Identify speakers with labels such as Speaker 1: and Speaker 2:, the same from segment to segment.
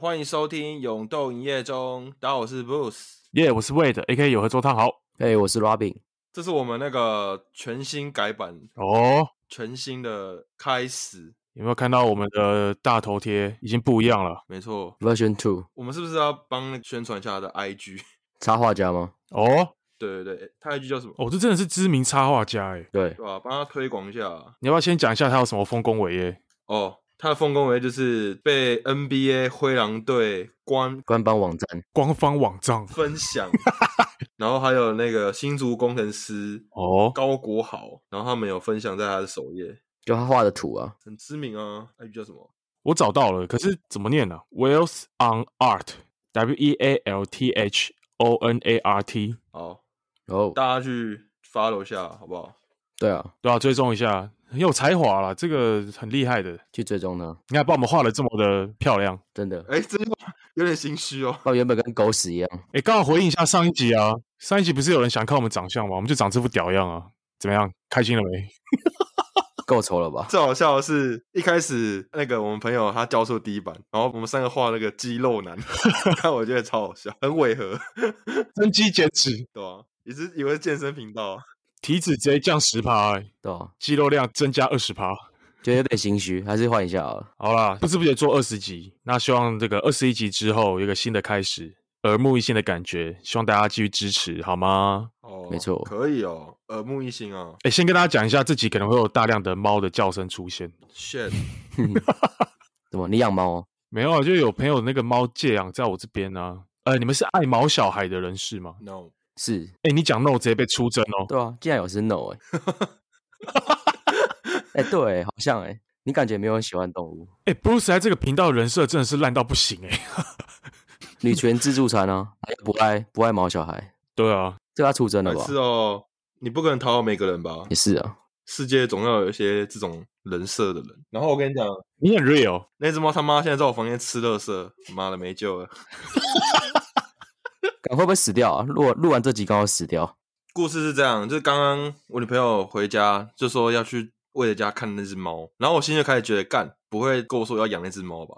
Speaker 1: 欢迎收听《永斗营业中》，大家好，我是 Bruce，
Speaker 2: 耶我是 Wade，A.K. 有合作汤好
Speaker 3: 哎、我是 Robin。
Speaker 1: 这是我们那个全新改版、
Speaker 2: 哦。
Speaker 1: 全新的开始，
Speaker 2: 有没有看到我们的大头贴已经不一样了？
Speaker 1: 没错。
Speaker 3: Version Two
Speaker 1: 我们是不是要帮那个宣传一下他的 IG？
Speaker 3: 插画家吗？
Speaker 2: 哦
Speaker 1: 对对对，他 IG 叫什么？
Speaker 2: 哦，这真的是知名插画家哎！
Speaker 3: 对，
Speaker 1: 对吧、啊帮他推广一下。啊
Speaker 2: 你要不要先讲一下他有什么丰功伟业？
Speaker 1: 哦，他的丰功伟业就是被 NBA 灰狼队官
Speaker 3: 官方网站
Speaker 2: 官方网站
Speaker 1: 分享，然后还有那个新竹工程师
Speaker 2: 哦，
Speaker 1: 高国豪，然后他们有分享在他的首页，
Speaker 3: 就他画的图啊，
Speaker 1: 很知名啊。IG 叫什么？
Speaker 2: 我找到了，可是怎么念呢、Wales on Art，W E A L T H O N A R T，
Speaker 1: 好，
Speaker 3: 哦，
Speaker 1: 大家去 follow 一下，好不好？
Speaker 3: 对啊，
Speaker 2: 对啊，追踪一下，很有才华啦，这个很厉害的。
Speaker 3: 去追踪他，
Speaker 2: 你看，把我们画的这么的漂亮，
Speaker 3: 真的，
Speaker 1: 哎，这句话有点心虚哦。
Speaker 3: 他原本跟狗屎一样，
Speaker 2: 哎，刚好回应一下上一集啊，上一集不是有人想看我们长相吗？我们就长这副屌样啊，怎么样？开心了没？
Speaker 3: 够丑了吧？
Speaker 1: 最好笑的是，一开始那个我们朋友他教授第一版，然后我们三个画那个肌肉男， 看我觉得超好笑，很违和，
Speaker 2: 增肌减脂，
Speaker 1: 对吧、也是以为是健身频道啊，
Speaker 2: 体脂直接降十趴、欸，
Speaker 3: 对啊，
Speaker 2: 肌肉量增加二十趴。
Speaker 3: 觉得有点心虚，还是换一下好了。
Speaker 2: 好啦，不知不觉做二十集，那希望这个二十一集之后有一个新的开始，耳目一新的感觉，希望大家继续支持，好吗？
Speaker 1: 哦，
Speaker 3: 没错
Speaker 1: 可以哦，耳目一新啊
Speaker 2: 哎，先跟大家讲一下，这集可能会有大量的猫的叫声出现。
Speaker 1: ，shit，
Speaker 3: 怎么？你养猫哦？
Speaker 2: 没有啊，就有朋友那个猫借养在我这边呢、呃，你们是爱毛小孩的人士吗？
Speaker 1: no，
Speaker 3: 是，
Speaker 2: 哎，你讲 no 直接被出征哦。
Speaker 3: 对啊，竟然有是 no 哎、哎、对，好像哎、你感觉没有很喜欢动物？
Speaker 2: 哎，Bruce 在这个频道人设真的是烂到不行哎、
Speaker 3: 女权自助餐啊，还有不爱不爱毛小孩，
Speaker 2: 对啊，
Speaker 3: 这他出征了
Speaker 1: 但
Speaker 3: 吧？
Speaker 1: 是哦，你不可能讨好每个人吧？
Speaker 3: 也是啊，
Speaker 1: 世界总要有一些这种人设的人。然后我跟你讲，
Speaker 2: 你很 real。
Speaker 1: 那只猫他妈现在在我房间吃垃圾，妈的没救了。
Speaker 3: 敢会不会死掉啊？录录完这集刚好死掉，
Speaker 1: 故事是这样，就是刚刚我女朋友回家就说要去魏德家看那只猫，然后我心就开始觉得，干不会跟我说我要养那只猫吧？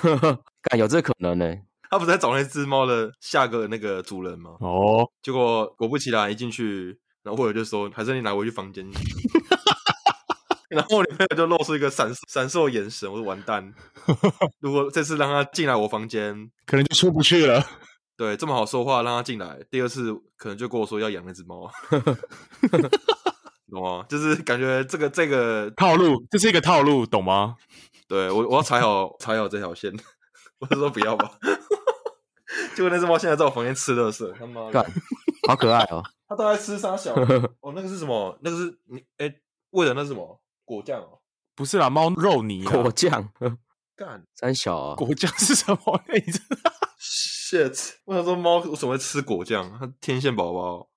Speaker 3: 敢有这可能欸呢、
Speaker 1: 他不是在找那只猫的下个那个主人吗？
Speaker 2: 哦，
Speaker 1: 结果果不其然，一进去，然后魏德就说，还是你拿回去房间。 然后我女朋友就露出一个闪闪烁的眼神，我说完蛋， 如果这次让他进来我房间，
Speaker 2: 可能就出不去了。
Speaker 1: 对，这么好说话让他进来，第二次可能就跟我说要养那只猫，懂吗？就是感觉这个这个
Speaker 2: 套路，这是一个套路，懂吗？
Speaker 1: 对我，我要踩好踩好这条线。我就说不要吧。 结果那只猫现在在我房间吃垃圾，他妈的
Speaker 3: 干，好可爱哦、
Speaker 1: 它都在吃啥小？哦，那个是什么？那个是你哎、为了那是什么果酱哦？
Speaker 2: 不是啦，猫肉泥啦
Speaker 3: 果酱，
Speaker 1: 干
Speaker 3: 三小啊，
Speaker 2: 果酱是什么？哎你这
Speaker 1: shit！我想说猫为什么会吃果酱？它天线宝宝。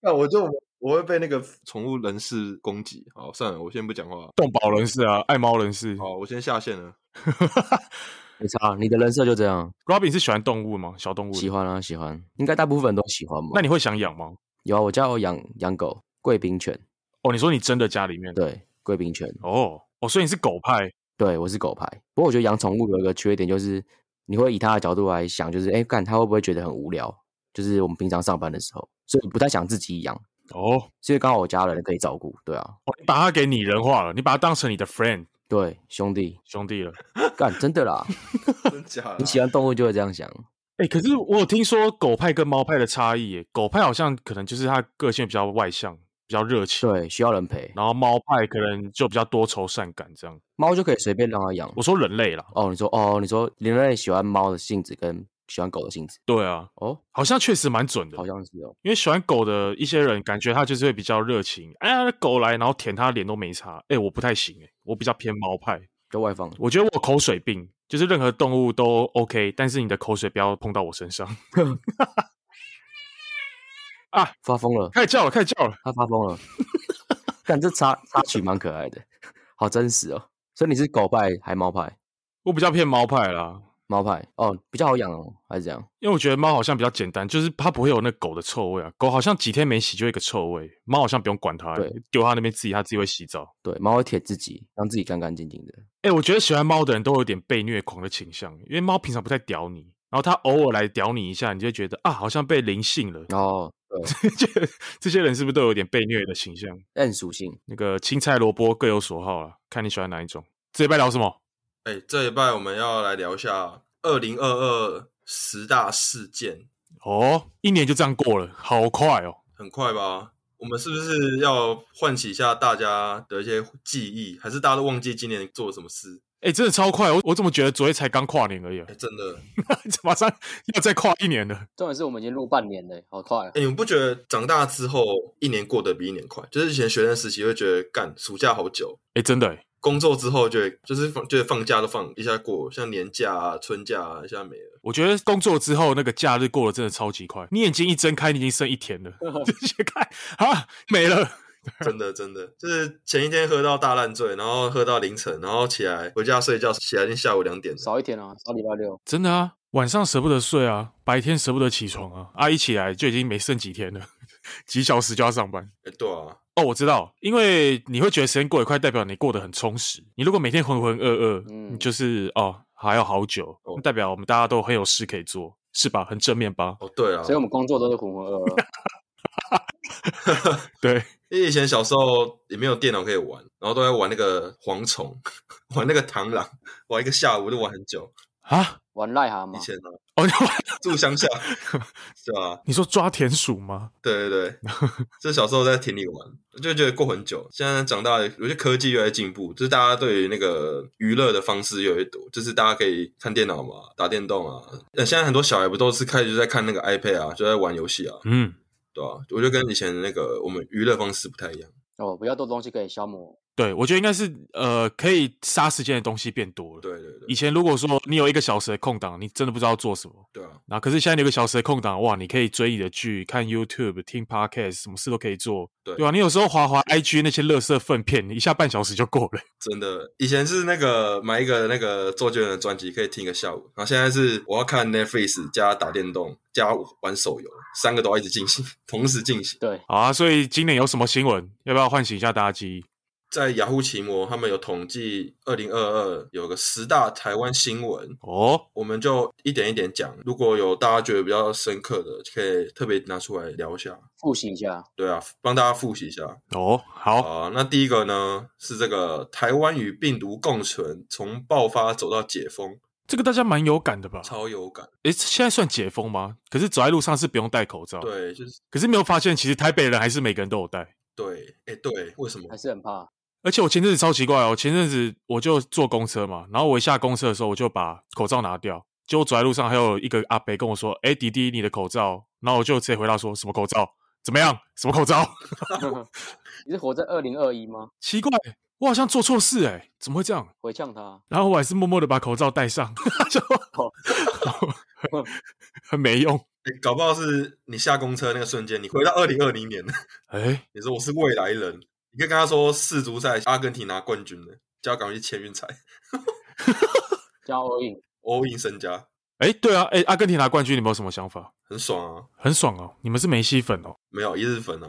Speaker 1: 那我就我会被那个宠物人士攻击。好，算了，我先不讲话。
Speaker 2: 动保人士啊，爱猫人士。
Speaker 1: 好，我先下线了。
Speaker 3: 没差，你的人设就这样，
Speaker 2: Robin 是喜欢动物吗？小动物的？
Speaker 3: 喜欢啊，喜欢，应该大部分都喜欢吧？
Speaker 2: 那你会想养吗？
Speaker 3: 有啊，我家有养养狗，贵宾犬，
Speaker 2: 哦，你说你真的家里面？
Speaker 3: 对，贵宾犬，
Speaker 2: 哦哦，所以你是狗派
Speaker 3: 对我是狗派。不过我觉得养宠物有一个缺点，就是你会以它的角度来想，就是哎，干它会不会觉得很无聊？就是我们平常上班的时候，所以不太想自己养，
Speaker 2: 哦哦，
Speaker 3: 所以刚好我家人可以照顾，对啊，
Speaker 2: 你把它给拟人化了，你把它当成你的 friend，
Speaker 3: 对，兄弟
Speaker 2: 兄弟了。
Speaker 3: 干真 的啦，
Speaker 1: 真假啦？
Speaker 3: 你喜欢动物就会这样想，
Speaker 2: 哎、可是我有听说狗派跟猫派的差异耶，狗派好像可能就是它个性比较外向，比较热情，
Speaker 3: 对，需要人陪，
Speaker 2: 然后猫派可能就比较多愁善感这样。
Speaker 3: 猫就可以随便让它养。
Speaker 2: 我说人类啦，
Speaker 3: 哦，你说哦，你说人类喜欢猫的性质跟喜欢狗的性质，
Speaker 2: 对啊，
Speaker 3: 哦，
Speaker 2: 好像确实蛮准的
Speaker 3: 好。像是哦，
Speaker 2: 因为喜欢狗的一些人，感觉他就是会比较热情。哎呀，狗来，然后舔它脸都没差。哎、我不太行、哎，我比较偏猫派。
Speaker 3: 就外放。
Speaker 2: 我觉得我有口水病，就是任何动物都 OK，但是你的口水不要碰到我身上。
Speaker 3: 发疯了，
Speaker 2: 开始叫了，开始叫了。
Speaker 3: 他发疯了。看这插插曲蛮可爱的，好真实哦。所以你是狗派还猫派？
Speaker 2: 我比较偏猫派啦，
Speaker 4: 猫派哦，比较好养哦，还是这样？
Speaker 2: 因为我觉得猫好像比较简单，就是它不会有那狗的臭味啊。狗好像几天没洗就会一个臭味，猫好像不用管它
Speaker 4: 对，
Speaker 2: 丢它那边自己它自己会洗澡。
Speaker 4: 对，猫会舔自己，让自己干干净净的。
Speaker 2: 哎、我觉得喜欢猫的人都有点被虐狂的倾向，因为猫平常不太屌你，然后它偶尔来屌你一下，你就会觉得啊，好像被灵性了。
Speaker 4: 然
Speaker 3: 哦
Speaker 4: 后对
Speaker 2: 这这些人是不是都有点被虐的倾向？
Speaker 4: ，N 属性
Speaker 2: 那个青菜萝卜各有所好啊，看你喜欢哪一种。这礼拜聊什么？
Speaker 1: 哎、这一拜我们要来聊一下二零二二十大事件，
Speaker 2: 哦，一年就这样过了，好快哦！
Speaker 1: 很快吧？我们是不是要唤起一下大家的一些记忆？还是大家都忘记今年做了什么事？
Speaker 2: 哎、真的超快，我我怎么觉得昨天才刚跨年而已、啊
Speaker 1: 哎、，真的，
Speaker 2: 马上要再跨一年了。
Speaker 3: 重点是我们已经录半年了，好快、啊
Speaker 1: 哎、！你们不觉得长大之后一年过得比一年快？就是以前学生时期会觉得干暑假好久，
Speaker 2: 哎、真的、欸，
Speaker 1: 工作之后就会就是放就是放假都放一下过，像年假啊、春假啊，一下没了。
Speaker 2: 我觉得工作之后那个假日过得真的超级快，你眼睛一睁开，你已经剩一天了， 直接看啊没了。
Speaker 1: 真的真的，就是前一天喝到大烂醉，然后喝到凌晨，然后起来回家睡觉，起来已经下午两点了。
Speaker 3: 少一天啊，少礼拜六，
Speaker 2: 真的啊，晚上舍不得睡啊，白天舍不得起床啊，啊一起来就已经没剩几天了， 几小时就要上班。
Speaker 1: 哎、对啊，
Speaker 2: 哦，我知道，因为你会觉得时间过得快，代表你过得很充实。你如果每天浑浑噩噩，
Speaker 3: 嗯
Speaker 2: 你就是哦还要好久，
Speaker 1: 哦
Speaker 2: 那代表我们大家都很有事可以做，是吧？很正 面吧？
Speaker 1: 哦对啊，
Speaker 3: 所以我们工作都是浑浑噩噩。
Speaker 2: 对，
Speaker 1: 因为以前小时候也没有电脑可以玩，然后都在玩那个蝗虫， 玩那个螳螂，玩一个下午都玩很久。
Speaker 2: 啊，
Speaker 3: 玩癞蛤
Speaker 1: 以
Speaker 3: 蟆，
Speaker 1: 前呢、啊，
Speaker 2: 哦，
Speaker 1: 住乡 下，是吧？
Speaker 2: 你说抓田鼠吗？
Speaker 1: 对对对，就小时候在田里玩，就觉得过很久。现在长大了，我觉得科技越来越进步，就是大家对于那个娱乐的方式越来越多，就是大家可以看电脑嘛，打电动啊。呃，现在很多小孩不都是开始就在看那个 iPad 啊，就在玩游戏啊，
Speaker 2: 嗯，
Speaker 1: 对吧、我觉得跟以前那个我们娱乐方式不太一样。
Speaker 3: 哦，比较多东西可以消磨。
Speaker 2: 对，我觉得应该是呃，可以杀时间的东西变多了。，
Speaker 1: 对对对
Speaker 2: 以，前如果说你有一个小时的空档，你真的不知道做什么。
Speaker 1: 对啊，
Speaker 2: 那可是现在你有一个小时的空档，哇，你可以追你的剧、看 YouTube、听 Podcast，什么事都可以做。
Speaker 1: 对
Speaker 2: 对吧、你有时候滑滑 IG 那些垃圾粪片，一下半小时就过了。
Speaker 1: 真的，以前是那个买一个那个周杰伦的专辑可以听一个下午，然后现在是我要看 Netflix 加打电动加玩手游，三个都要一直进行，同时进行。
Speaker 3: 对，
Speaker 2: 好啊，所以今年有什么新闻？要不要唤醒一下大家记忆？
Speaker 1: 在雅虎奇摩，他们有统计二零二二有个十大台湾新闻，
Speaker 2: 哦，
Speaker 1: 我们就一点一点讲。如果有大家觉得比较深刻的，可以特别拿出来聊一下。
Speaker 3: 复习一下。
Speaker 1: 对啊，帮大家复习一下
Speaker 2: 哦，
Speaker 1: 啊、
Speaker 2: 好，
Speaker 1: 那第一个呢是这个台湾与病毒共存，从爆发走到解封，
Speaker 2: 这个大家蛮有感的吧？
Speaker 1: 超有感。
Speaker 2: 诶，现在算解封吗？可是走在路上是不用戴口罩。，
Speaker 1: 对，就是
Speaker 2: 可是没有发现，其实台北人还是每个人都有戴。
Speaker 1: 对，哎，对，为什么
Speaker 3: 还？是很怕。
Speaker 2: 而且我前阵子超奇怪哦，前阵子我就坐公车嘛，然后我一下公车的时候，我就把口罩拿掉。结果走在路上，还有一个阿伯跟我说：“哎，弟弟，你的口罩。”然后我就直接回答说：“什么口罩？怎么样？什么口罩
Speaker 3: 你是活在二零二一吗？？”
Speaker 2: 奇怪，我好像做错事哎、怎么会这样？
Speaker 3: 回呛他，
Speaker 2: 然后我还是默默的把口罩戴上， 就哦 很没用。
Speaker 1: 诶搞不好是你下公车那个瞬间，你回到二零二零年，
Speaker 2: 哎，
Speaker 1: 你说我是未来人，你可以跟他说世足赛阿根廷拿冠军了，叫他赶快去签运彩
Speaker 3: 加 all in，
Speaker 1: ，all in 身家，
Speaker 2: 哎，对啊，哎，阿根廷拿冠军，你们有什么想法？
Speaker 1: 很爽啊！
Speaker 2: 很爽哦，你们是梅西粉哦。
Speaker 1: 没有一日粉啊，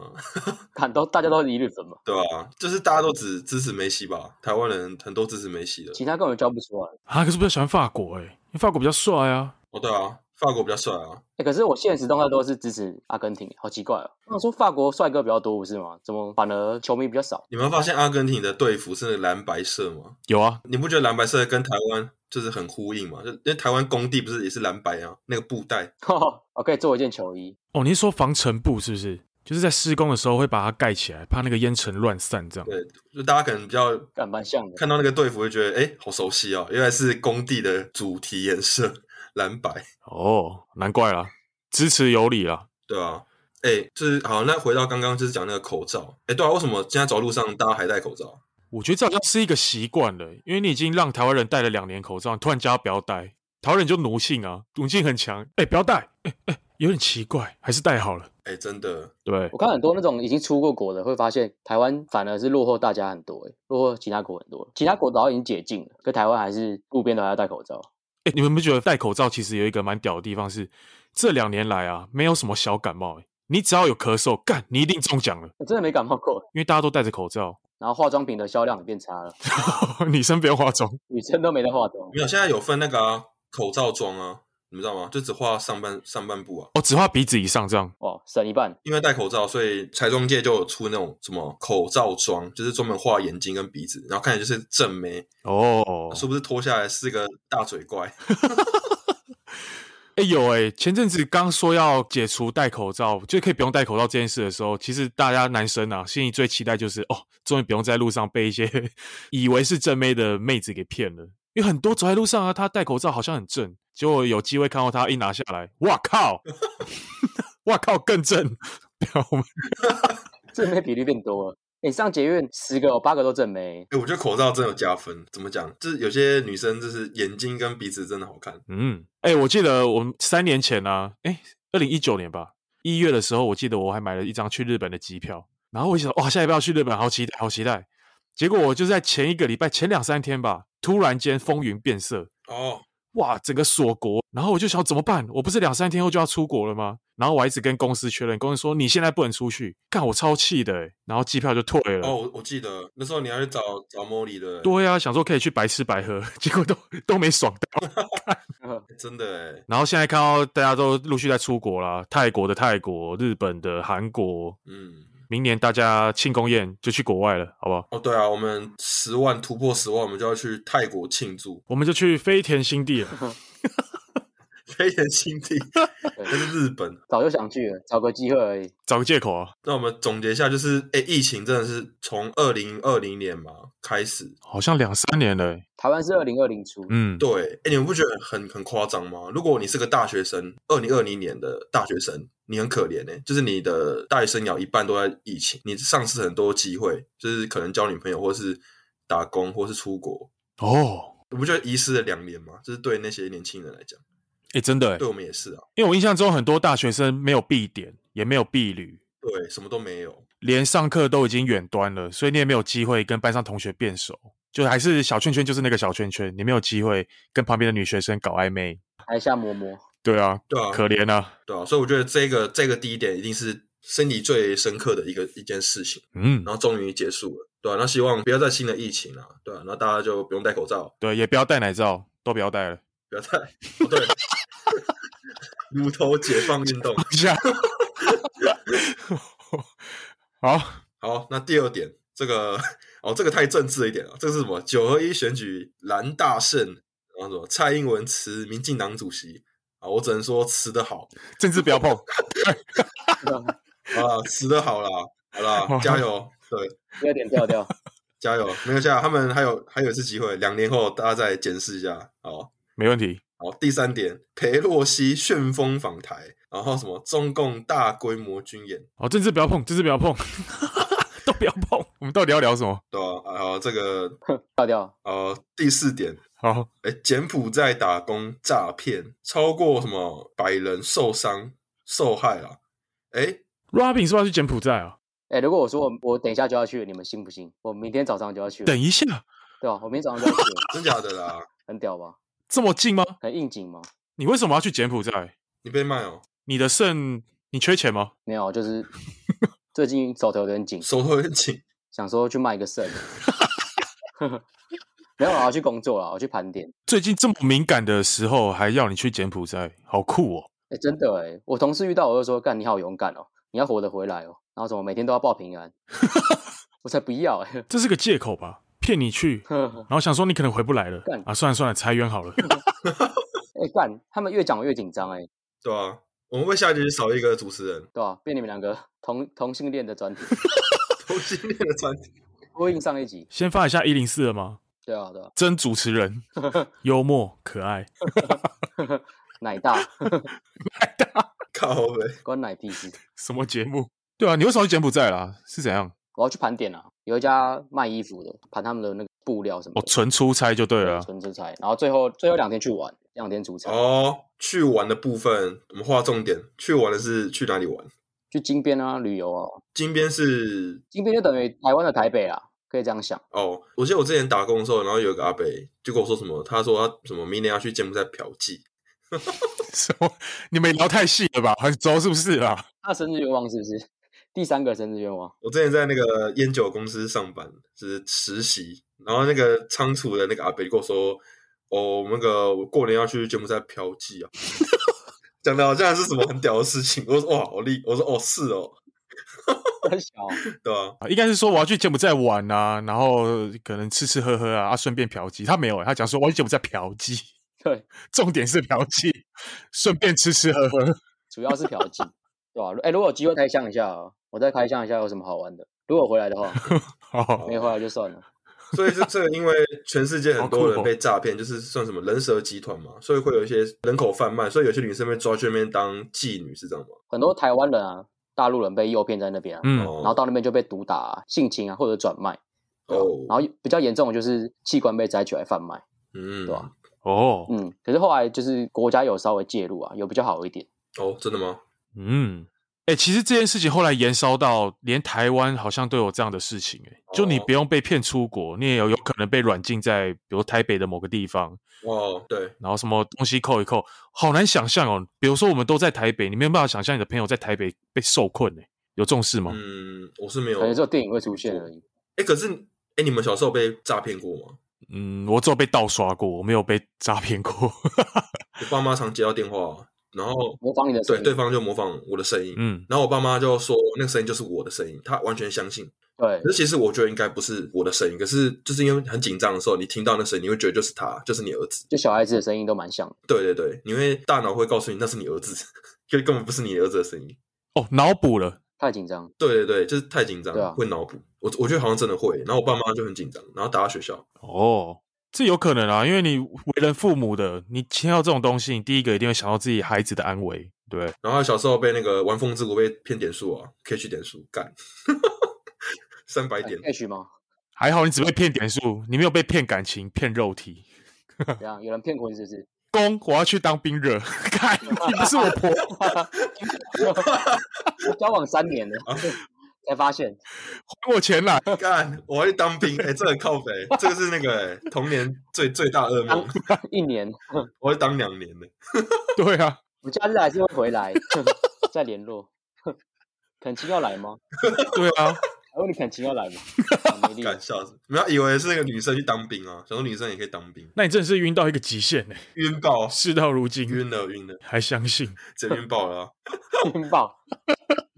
Speaker 3: 看都大家都是一律粉嘛，
Speaker 1: 对吧、就是大家都只支持梅西吧，台湾人很多支持梅西的。
Speaker 3: 其他根本教不出来。
Speaker 2: 啊，可是我比较喜欢法国哎，因为法国比较帅啊。
Speaker 1: 哦，对啊，法国比较帅啊，
Speaker 3: 哎、可是我现实动态都是支持阿根廷，好奇怪哦。我想说法国帅哥比较多，不是吗？怎么反而球迷比较少？
Speaker 1: 你们发现阿根廷的队服是蓝白色吗？
Speaker 2: 有啊，
Speaker 1: 你不觉得蓝白色跟台湾就是很呼应吗？就因为台湾工地不是也是蓝白啊，那个布带，
Speaker 3: 我可以做一件球衣，
Speaker 2: 哦，你是说防尘布是不是？就是在施工的时候会把它盖起来，怕那个烟尘乱散这样。
Speaker 1: 对，就大家可能比较
Speaker 3: 干蛮像的。
Speaker 1: 看到那个队服，会觉得哎、诶好熟悉哦，原来是工地的主题颜色蓝白，
Speaker 2: 哦，难怪啦，支持有理啦。
Speaker 1: 对啊。哎、就是好，那回到刚刚就是讲那个口罩，哎、对啊，为什么现在走路上大家还戴口罩？
Speaker 2: 我觉得这好像是一个习惯了，欸因为你已经让台湾人戴了两年口罩，你突然叫他不要戴，台湾人就奴性啊，奴性很强。哎、不要戴，哎、哎、有点奇怪，还是戴好了。
Speaker 1: 哎、真的，
Speaker 2: 对
Speaker 3: 我，看很多那种已经出过国的，会发现台湾反而是落后大家很多、欸，落后其他国很多。其他国早已经解禁了，可台湾还是路边都还要戴口罩。
Speaker 2: 哎、你们不觉得戴口罩其实有一个蛮屌的地方是，这两年来啊，没有什么小感冒、欸，你只要有咳嗽，干你一定中奖了，
Speaker 3: 我真的没感冒过。
Speaker 2: 因为大家都戴着口罩，
Speaker 3: 然后化妆品的销量也变差了，
Speaker 2: 女生不用化妆。
Speaker 3: 女生都没在化妆。
Speaker 1: 没有，现在有分那个啊、口罩妆啊，你们知道吗？就只画上半上半部啊，
Speaker 2: 哦，只画鼻子以上这样，
Speaker 3: 哇，省一半，
Speaker 1: 因为戴口罩，所以彩妆界就有出那种什么口罩妆，就是专门画眼睛跟鼻子，然后看起来就是正妹，
Speaker 2: 哦，
Speaker 1: 是不是脱下来是个大嘴怪？
Speaker 2: 哎、有哎、前阵子刚说要解除戴口罩，就可以不用戴口罩这件事的时候，其实大家男生啊，心里最期待就是哦，终于不用在路上被一些 以为是正妹的妹子给骗了。因为很多走在路上啊，她戴口罩好像很正，结果有机会看到她一拿下来，哇靠， 哇靠，更正。不要我们
Speaker 3: 正妹比率变多了。你上捷运十个有八个都正妹，
Speaker 1: 哎、我觉得口罩真的有加分。怎么讲？就是有些女生就是眼睛跟鼻子真的好看，
Speaker 2: 嗯，哎、我记得我们三年前啊，哎、2二零一九年吧，一月的时候，我记得我还买了一张去日本的机票，然后我想，哇，下礼拜要去日本，好期待，好期待。结果我就在前一个礼拜，前两三天吧，突然间风云变色，
Speaker 1: 哦，
Speaker 2: 哇，整个锁国。然后我就想怎么办？我不是两三天后就要出国了吗？然后我还一直跟公司确认，公司说你现在不能出去，干我超气的、欸，然后机票就退了。
Speaker 1: 哦，我我记得那时候你要去找找茉莉的，
Speaker 2: 对啊，想说可以去白吃白喝，结果都都没爽到。
Speaker 3: 呵
Speaker 1: 真的哎，
Speaker 2: 然后现在看到大家都陆续在出国啦，泰国的泰国，日本的韩国，
Speaker 1: 嗯，
Speaker 2: 明年大家庆功宴就去国外了，好不好？
Speaker 1: 哦，对啊，我们十万突破十万，我们就要去泰国庆祝，
Speaker 2: 我们就去飞田新地了。
Speaker 1: 飞人新地，那是日本。
Speaker 3: 早就想去了，找个机会而已。
Speaker 2: 找个借口啊，
Speaker 1: 那我们总结一下，就是哎、疫情真的是从二零二零年嘛开始，
Speaker 2: 好像两三年了欸、
Speaker 3: 台湾是二零二零出，
Speaker 2: 嗯，
Speaker 1: 对，哎、你们不觉得很很夸张吗？如果你是个大学生，二零二零年的大学生，你很可怜呢、就是你的大学生涯一半都在疫情，你丧失很多机会，就是可能交女朋友，或是打工，或是出国，
Speaker 2: 哦，
Speaker 1: 你不觉得遗失了两年吗？就是对那些年轻人来讲，
Speaker 2: 哎、真的、欸
Speaker 1: 对，我们也是啊，
Speaker 2: 因为我印象中很多大学生没有必点，也没有必旅，
Speaker 1: 对，什么都没有，
Speaker 2: 连上课都已经远端了，所以你也没有机会跟班上同学变熟，就还是小圈圈就是那个小圈圈，你没有机会跟旁边的女学生搞暧昧。
Speaker 3: 还下摸摸，
Speaker 2: 对啊，
Speaker 1: 对啊，
Speaker 2: 可怜啊，
Speaker 1: 对啊，所以我觉得这个这个第一点一定是心里最深刻的一个一件事情，
Speaker 2: 嗯，
Speaker 1: 然后终于结束了，对啊，那希望不要再新的疫情啊，对啊，然后大家就不用戴口罩，
Speaker 2: 对，也不要戴奶罩，都不要戴了。
Speaker 1: 不要再哦，对， 乳头解放运动。
Speaker 2: 一下。 好，
Speaker 1: 好，那第二点，这个哦，这个太政治了一点了，这个是什么？九合一选举蓝大胜，然后什么？蔡英文辞民进党主席啊，我只能说辞的好
Speaker 2: 政治不要碰。
Speaker 1: 啊，辞的好啦，好啦，加油，对，
Speaker 3: 有点调调。
Speaker 1: 加油，没有下，他们还有还有一次机会，两年后大家再检视一下，好。
Speaker 2: 没问题。
Speaker 1: 好，第三点，裴洛西旋风访台，然后什么中共大规模军演，
Speaker 2: 哦，政治不要碰，政治不要碰， 都不要碰。我们到底要聊什么？
Speaker 1: 对吧、啊？啊，这个
Speaker 3: 调调，
Speaker 1: 呃，第四点，
Speaker 2: 好，
Speaker 1: 哎，柬埔寨打工诈骗超过什么百人受伤受害啦？哎，
Speaker 2: Robin 是不是要去柬埔寨啊？
Speaker 3: 哎、如果我说我我等一下就要去，你们信不信？我明天早上就要去了，
Speaker 2: 等一下，
Speaker 3: 对吧？我明天早上就要去了，
Speaker 1: 真假的啦？
Speaker 3: 很屌吧？
Speaker 2: 这么近吗？
Speaker 3: 很应景吗？
Speaker 2: 你为什么要去柬埔寨？
Speaker 1: 你被卖哦，
Speaker 2: 你的肾，你缺钱吗？
Speaker 3: 没有，就是最近手头有点紧，
Speaker 1: 手头很紧，
Speaker 3: 想说去卖一个肾。 没有啊，我去工作了，我去盘点。
Speaker 2: 最近这么敏感的时候，还要你去柬埔寨，好酷哦！
Speaker 3: 哎、真的哎，我同事遇到我就说：“干，你好勇敢哦，你要活得回来哦。”然后怎么每天都要报 平安？我才不要哎！
Speaker 2: 这是个借口吧？骗你去，然后想说你可能回不来了
Speaker 3: 干
Speaker 2: 啊，算了算了，裁员好了。
Speaker 3: 哎干，他们越讲我越紧张哎，
Speaker 1: 对吧、啊？我们会下一集少一个主持人，
Speaker 3: 对吧、变你们两个同同性恋的专题，
Speaker 1: 同性恋的专题，
Speaker 3: 呼应上一集。
Speaker 2: 先发一下一零四了吗？
Speaker 3: 对啊，对啊，
Speaker 2: 真主持人，幽默可爱，
Speaker 3: 奶大
Speaker 1: 靠呗，
Speaker 3: 关奶屁事。
Speaker 2: 什么节目？ 对啊，你为什么要去柬埔寨啦？是怎样？
Speaker 3: 我要去盘点啊，有一家卖衣服的，盘他们的那个布料什么
Speaker 2: 哦，
Speaker 3: 的，
Speaker 2: 纯出差就对了啊。
Speaker 3: 纯制裁。然后最后最后两天去玩，两天出差，
Speaker 1: 哦，去玩的部分我们划重点，去玩的是去哪里玩？
Speaker 3: 去金边啊旅游啊，
Speaker 1: 金边是
Speaker 3: 金边就等于台湾的台北啦，可以这样想。
Speaker 1: 哦，我记得我之前打工的时候，然后有一个阿伯就跟我说什么，他说他什么明年要去柬埔寨嫖妓，
Speaker 2: 什么？你们聊太细了吧？很熟是不是啊？
Speaker 3: 他生日愿望是不是？ 第三个生日愿望，
Speaker 1: 我之前在那个烟酒公司上班，就是实习，然后那个仓储的那个阿伯就跟我说：“哦，那个我过年要去柬埔寨嫖妓啊。” 讲的好像是什么很屌的事情，我说哇，好厉！我说哦，是哦，
Speaker 3: 很小哦，
Speaker 1: 对吧、
Speaker 2: 啊应该是说我要去柬埔寨玩啊，然后可能吃吃喝喝啊，啊顺便嫖妓。他没有欸、他讲说我要去柬埔寨嫖妓，
Speaker 3: 对，
Speaker 2: 重点是嫖妓，顺便吃吃喝喝。
Speaker 3: 主要是嫖妓，对吧、哎，如果有机会开箱一下哦，我再开箱一下有什么好玩的。如果回来的 话，
Speaker 2: 哦，
Speaker 3: 没回来就算了。
Speaker 1: 所以是这个，因为全世界很多
Speaker 2: 好酷
Speaker 1: 人
Speaker 2: 哦
Speaker 1: 被诈骗，就是算什么人蛇集团嘛，所以会有一些人口贩卖，所以有些女生被抓去那边当妓女，是这样吗？
Speaker 3: 很多台湾人啊，大陆人被诱骗在那边啊，
Speaker 2: 嗯，
Speaker 1: 哦
Speaker 3: 然后到那边就被毒打、啊、性侵啊，或者转卖。然
Speaker 1: 哦，
Speaker 3: 后比较严重的就是器官被摘取来贩卖。
Speaker 1: 嗯，
Speaker 3: 对吧
Speaker 2: 哦，
Speaker 3: 嗯，可是后来就是国家有稍微介入啊，有比较好一点。
Speaker 1: 哦，真的吗？
Speaker 2: 嗯，哎、其实这件事情后来延烧到连台湾好像都有这样的事情、欸，就你
Speaker 1: 哦
Speaker 2: 不用被骗出国，你也有有可能被软禁在比如台北的某个地方，
Speaker 1: 哦，对，
Speaker 2: 然后什么东西扣一扣，好难想象哦。比如说我们都在台北，你没有办法想象你的朋友在台北被受困、欸，有重视吗？
Speaker 1: 嗯，我是没有
Speaker 3: 可。能只有电影会出现而已。
Speaker 1: 哎，可是哎，你们小时候被诈骗过吗？
Speaker 2: 嗯，我只有被盗刷过，我没有被诈 骗过。
Speaker 1: 我爸妈常接到电话，然后
Speaker 3: 模仿你的声
Speaker 1: 对
Speaker 3: 音
Speaker 1: 对方就模仿我的声音，
Speaker 2: 嗯，
Speaker 1: 然后我爸妈就说那个声音就是我的声音，他完全相信。
Speaker 3: 对
Speaker 1: 可是其实我觉得应该不是我的声音，可是就是因为很紧张的时候，你听到那声音，你会觉得就是他，就是你儿子。
Speaker 3: 就小孩子的声音都蛮像的。
Speaker 1: 对对对，你会大脑会告诉你那是你儿子，就根本不是你儿子的声音。
Speaker 2: 哦，脑补了，
Speaker 3: 太紧张，
Speaker 1: 对对对，就是太紧张，
Speaker 3: 对啊
Speaker 1: 会脑补。我我觉得好像真的会。然后我爸妈就很紧张，然后打到学校。
Speaker 2: 哦，这有可能啊，因为你为人父母的，你听到这种东西，你第一个一定会想到自己孩子的安危，对。
Speaker 1: 然后小时候被那个玩风之谷被骗点数啊，K 点数干， 三百点。
Speaker 3: 哎 H 吗？
Speaker 2: 还好你只被骗点数，你没有被骗感情、骗肉体。
Speaker 3: 怎样？有人骗过你是不是？
Speaker 2: 公，我要去当兵 了，看不是我婆，
Speaker 3: 我交往三年了，
Speaker 1: 啊
Speaker 3: 才发现
Speaker 2: 还我钱来！
Speaker 1: 干，我要去当兵，哎、这很靠北，这个是那个、哎童年最最大噩梦，
Speaker 3: 一年，
Speaker 1: 我要当两年的。
Speaker 2: 对啊，
Speaker 3: 我假日还是会回来 再联络。肯奇要来吗？
Speaker 2: 对啊，
Speaker 3: 我问你肯奇要来吗？ 啊没力
Speaker 1: 干笑死！不要以为是那个女生去当兵啊，想说女生也可以当兵，
Speaker 2: 那你真的是晕到一个极限呢、欸
Speaker 1: 晕爆，
Speaker 2: 事到如今
Speaker 1: 晕了晕了，
Speaker 2: 还相信，
Speaker 1: 直接晕爆了啊、
Speaker 3: 晕爆，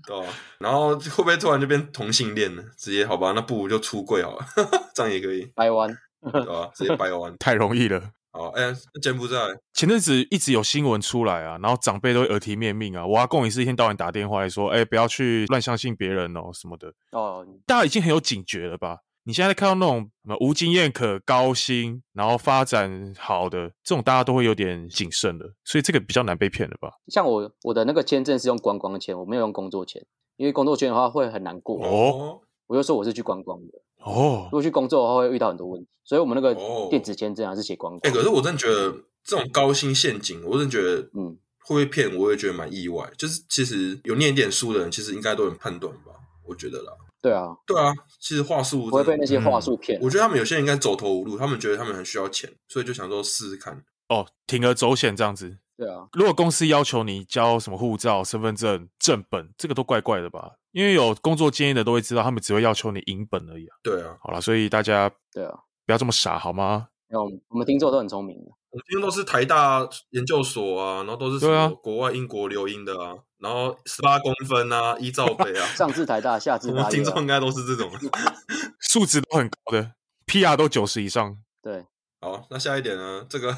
Speaker 1: 对吧、然后会不会突然就变同性恋呢？直接好吧，那不如就出柜好了， 这样也可以，
Speaker 3: 掰弯。
Speaker 1: 对吧、直接掰弯。
Speaker 2: 太容易了。
Speaker 1: 好，哎、那柬埔寨，
Speaker 2: 前阵子一直有新闻出来啊，然后长辈都会耳提面命啊，我阿公也是一天到晚打电话来说，哎、不要去乱相信别人哦什么的。
Speaker 3: 哦，
Speaker 2: 大家已经很有警觉了吧？你现在看到那种什么无经验可、高薪，然后发展好的这种，大家都会有点谨慎了，所以这个比较难被骗了吧？
Speaker 3: 像我我的那个签证是用观光签，我没有用工作签，因为工作签的话会很难过。
Speaker 2: 哦
Speaker 3: 我就说我是去观光的，如
Speaker 2: 哦，
Speaker 3: 果去工作的话会遇到很多问题，所以我们那个
Speaker 1: 哦
Speaker 3: 电子签证还是写观光。
Speaker 1: 哎、可是我真的觉得这种高薪陷阱，我真的觉得，
Speaker 3: 嗯，
Speaker 1: 会不会骗，我也觉得蛮意外。就是其实有念一点书的人，其实应该都很判断吧，我觉得啦。
Speaker 3: 对啊，
Speaker 1: 对啊，其实话术
Speaker 3: 不会
Speaker 1: 真的嗯
Speaker 3: 被那些话术骗。
Speaker 1: 我觉得他们有些人应该走投无路，他们觉得他们很需要钱，所以就想说试试看。
Speaker 2: 哦，铤而走险这样子。
Speaker 3: 对啊，
Speaker 2: 如果公司要求你交什么护照、身份证、正本，这个都怪怪的吧？因为有工作经验的都会知道，他们只会要求你银本而已啊。
Speaker 1: 对啊，
Speaker 2: 好了，所以大家
Speaker 3: 对啊，
Speaker 2: 不要这么傻好吗？
Speaker 3: 然后我们听众都很聪明的，，
Speaker 1: 我听都是台大研究所啊，然后都是什
Speaker 2: 对啊
Speaker 1: 么国外英国留英的啊，然后十八公分啊，一罩杯啊
Speaker 3: 上至台大，下
Speaker 1: 我
Speaker 3: 至
Speaker 1: 们
Speaker 3: 大
Speaker 1: 听
Speaker 3: 业
Speaker 1: 众
Speaker 3: 啊、
Speaker 1: 应该都是这种。
Speaker 2: 素质都很高的，PR 都九十以上。
Speaker 3: 对，
Speaker 1: 好，那下一点呢？这个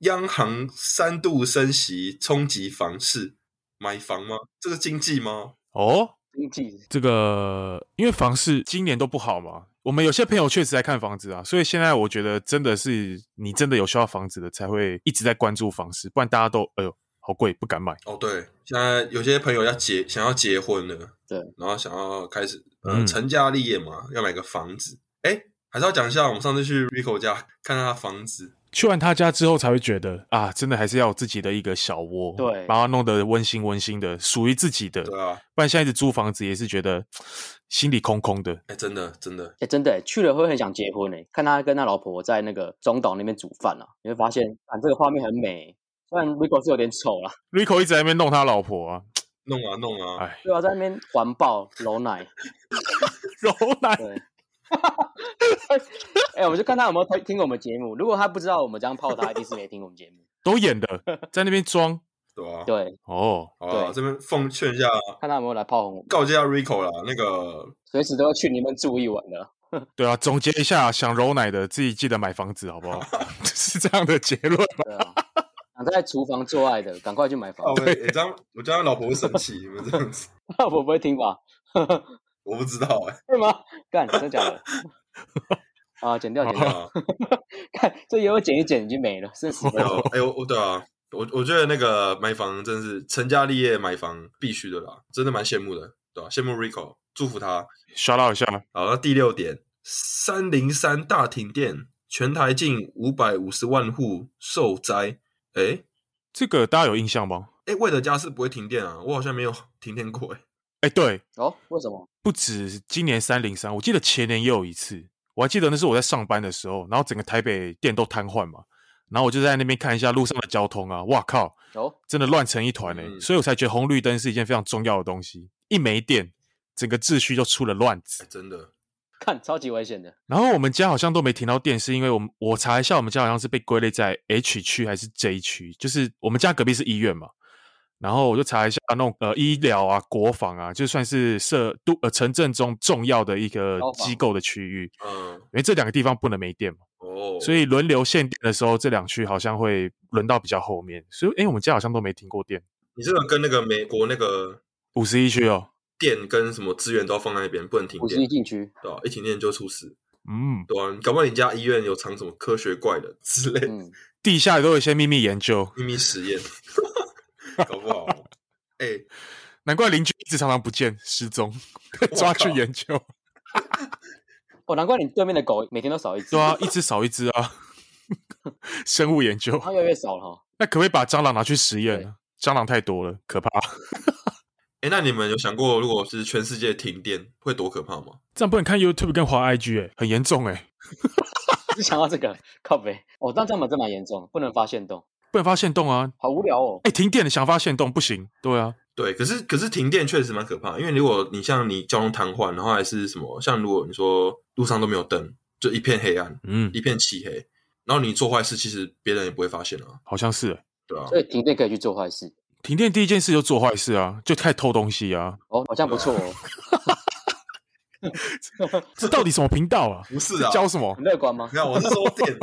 Speaker 1: 央行三度升息冲击房市，买房吗？这是经济吗？
Speaker 2: 哦，
Speaker 3: 经济
Speaker 2: 这个因为房市今年都不好嘛，我们有些朋友确实在看房子啊，所以现在我觉得真的是你真的有需要房子的才会一直在关注房市，不然大家都哎呦好贵不敢买。
Speaker 1: 哦，对，现在有些朋友要结想要结婚了，
Speaker 3: 对，
Speaker 1: 然后想要开始呃、
Speaker 2: 嗯
Speaker 1: 成家立业嘛，要买个房子。哎，还是要讲一下，我们上次去 Rico 家看到他房子，
Speaker 2: 去完他家之后才会觉得啊，真的还是要有自己的一个小窝，
Speaker 3: 对
Speaker 2: 把它弄得温馨温馨的，属于自己的。
Speaker 1: 对啊，
Speaker 2: 不然现在一直租房子也是觉得心里空空的。
Speaker 1: 哎、真的真的，
Speaker 3: 哎、真的欸去了会很想结婚哎，看他跟他老婆在那个中岛那边煮饭啊，你会发现，啊，这个画面很美。虽然 Rico 是有点丑啦，
Speaker 2: Rico 一直在那边弄他老婆 啊，
Speaker 1: 弄啊弄啊，
Speaker 2: 哎，
Speaker 3: 对啊，在那边环抱揉奶，
Speaker 2: 柔奶
Speaker 3: 对。哎、我就看他有没有听听我们节目。如果他不知道我们这样泡他，一定是没听我 们节目。
Speaker 2: 都演的，在那边装
Speaker 1: 对啊，
Speaker 3: 对，
Speaker 2: 哦，
Speaker 1: 好啊，
Speaker 3: 对
Speaker 1: 这边奉劝一下，
Speaker 3: 看他有没有来炮轰我们，
Speaker 1: 告诫一下 Rico 啦，那个
Speaker 3: 随时都要去你们住一晚的。
Speaker 2: 对啊，总结一下，想柔奶的自己记得买房子，好不好？是这样的结论吗？
Speaker 3: 对啊，想在厨房做爱的，赶快去买
Speaker 1: 哦
Speaker 3: 房，子。
Speaker 1: 哎这样我这样老婆会生气，你们这样子，
Speaker 3: 我不会听吧？
Speaker 1: 我不知道哎、
Speaker 3: 会吗？干，真的 假的？啊，剪掉，剪
Speaker 1: 对
Speaker 3: 掉，
Speaker 1: 啊，
Speaker 3: 看这也有剪一剪已经没了，剩十分
Speaker 1: 没有
Speaker 3: 钟。
Speaker 1: 哎、我我对啊，我我觉得那个买房真是成家立业买房必须的啦，真的蛮羡慕的，对吧、啊羡慕 Rico，祝福他。
Speaker 2: 刷到一下，
Speaker 1: 好，那第六点，三零三大停电，全台近五百五十万户受灾。诶
Speaker 2: 这个大家有印象吗？
Speaker 1: 诶，魏德家是不会停电啊，我好像没有 停电过欸诶。
Speaker 2: 哎，对，
Speaker 3: 哦，为什么？
Speaker 2: 不止今年三零三，我记得前年也有一次，我还记得那是我在上班的时候，然后整个台北店都瘫痪嘛，然后我就在那边看一下路上的交通啊，哇靠，
Speaker 3: 哦，
Speaker 2: 真的乱成一团嘞、欸
Speaker 1: 嗯
Speaker 2: 所以我才觉得红绿灯是一件非常重要的东西，一没电，整个秩序就出了乱子
Speaker 1: 哎，。真的，
Speaker 3: 看超级危险的。
Speaker 2: 然后我们家好像都没停到电，是因为我们我查一下，我们家好像是被归类在 H 区还是 J 区，就是我们家隔壁是医院嘛。然后我就查一下那种呃医疗啊、国防啊，就算是社都呃城镇中重要的一个
Speaker 3: 消防
Speaker 2: 机构的区域，
Speaker 1: 嗯，
Speaker 2: 因为这两个地方不能没电嘛，
Speaker 1: 哦，
Speaker 2: 所以轮流限电的时候，这两区好像会轮到比较后面。所以诶，我们家好像都没停过电，
Speaker 1: 你这个跟那个美国那个
Speaker 2: 五十一区哦，
Speaker 1: 电跟什么资源都要放在那边，不能停
Speaker 3: 五十一
Speaker 1: 电，
Speaker 3: 禁区，
Speaker 1: 对吧、啊一停电就出事，
Speaker 2: 嗯，
Speaker 1: 对啊，搞不好你家医院有藏什么科学怪人之类的
Speaker 3: 嗯，
Speaker 2: 地下都有一些秘密研究，
Speaker 1: 秘密实 验，搞不好。哎、
Speaker 2: 难怪邻居一直常常不见失踪，被 抓去
Speaker 1: 靠
Speaker 2: 研究。
Speaker 3: 哦，难怪你对面的狗每天都少一只，
Speaker 2: 对啊，一只少一只啊。 生物研究，
Speaker 3: 它越来越少了哈。
Speaker 2: 那可不可以把蟑螂拿去实验
Speaker 3: 对
Speaker 2: 呢？蟑螂太多了，可怕。
Speaker 1: 哎、那你们有想过，如果是全世界停电会多可怕吗？
Speaker 2: 这样不能看 YouTube 跟滑 IG，哎、很严重哎、
Speaker 3: 只想到这个靠北，哦，但这样蛮真蛮严重的，不能发现洞，
Speaker 2: 不能发现洞啊！
Speaker 3: 好无聊哦。
Speaker 2: 哎、停电了想发现洞不行，对啊，
Speaker 1: 对，可是可是停电确实蛮可怕，因为如果你像你交通瘫痪，然后还是什么，像如果你说路上都没有灯，就一片黑暗，
Speaker 2: 嗯，
Speaker 1: 一片漆黑，然后你做坏事，其实别人也不会发现啊，
Speaker 2: 好像是、欸。
Speaker 1: 对啊，
Speaker 3: 所以停电可以去做坏事，
Speaker 2: 停电第一件事就做坏事啊，就开始偷东西啊！
Speaker 3: 哦，好像不错哦，
Speaker 2: 这到底什么频道啊？
Speaker 1: 不是啊，
Speaker 2: 教什么
Speaker 3: 很？乐观吗
Speaker 1: 没？有，我是说电，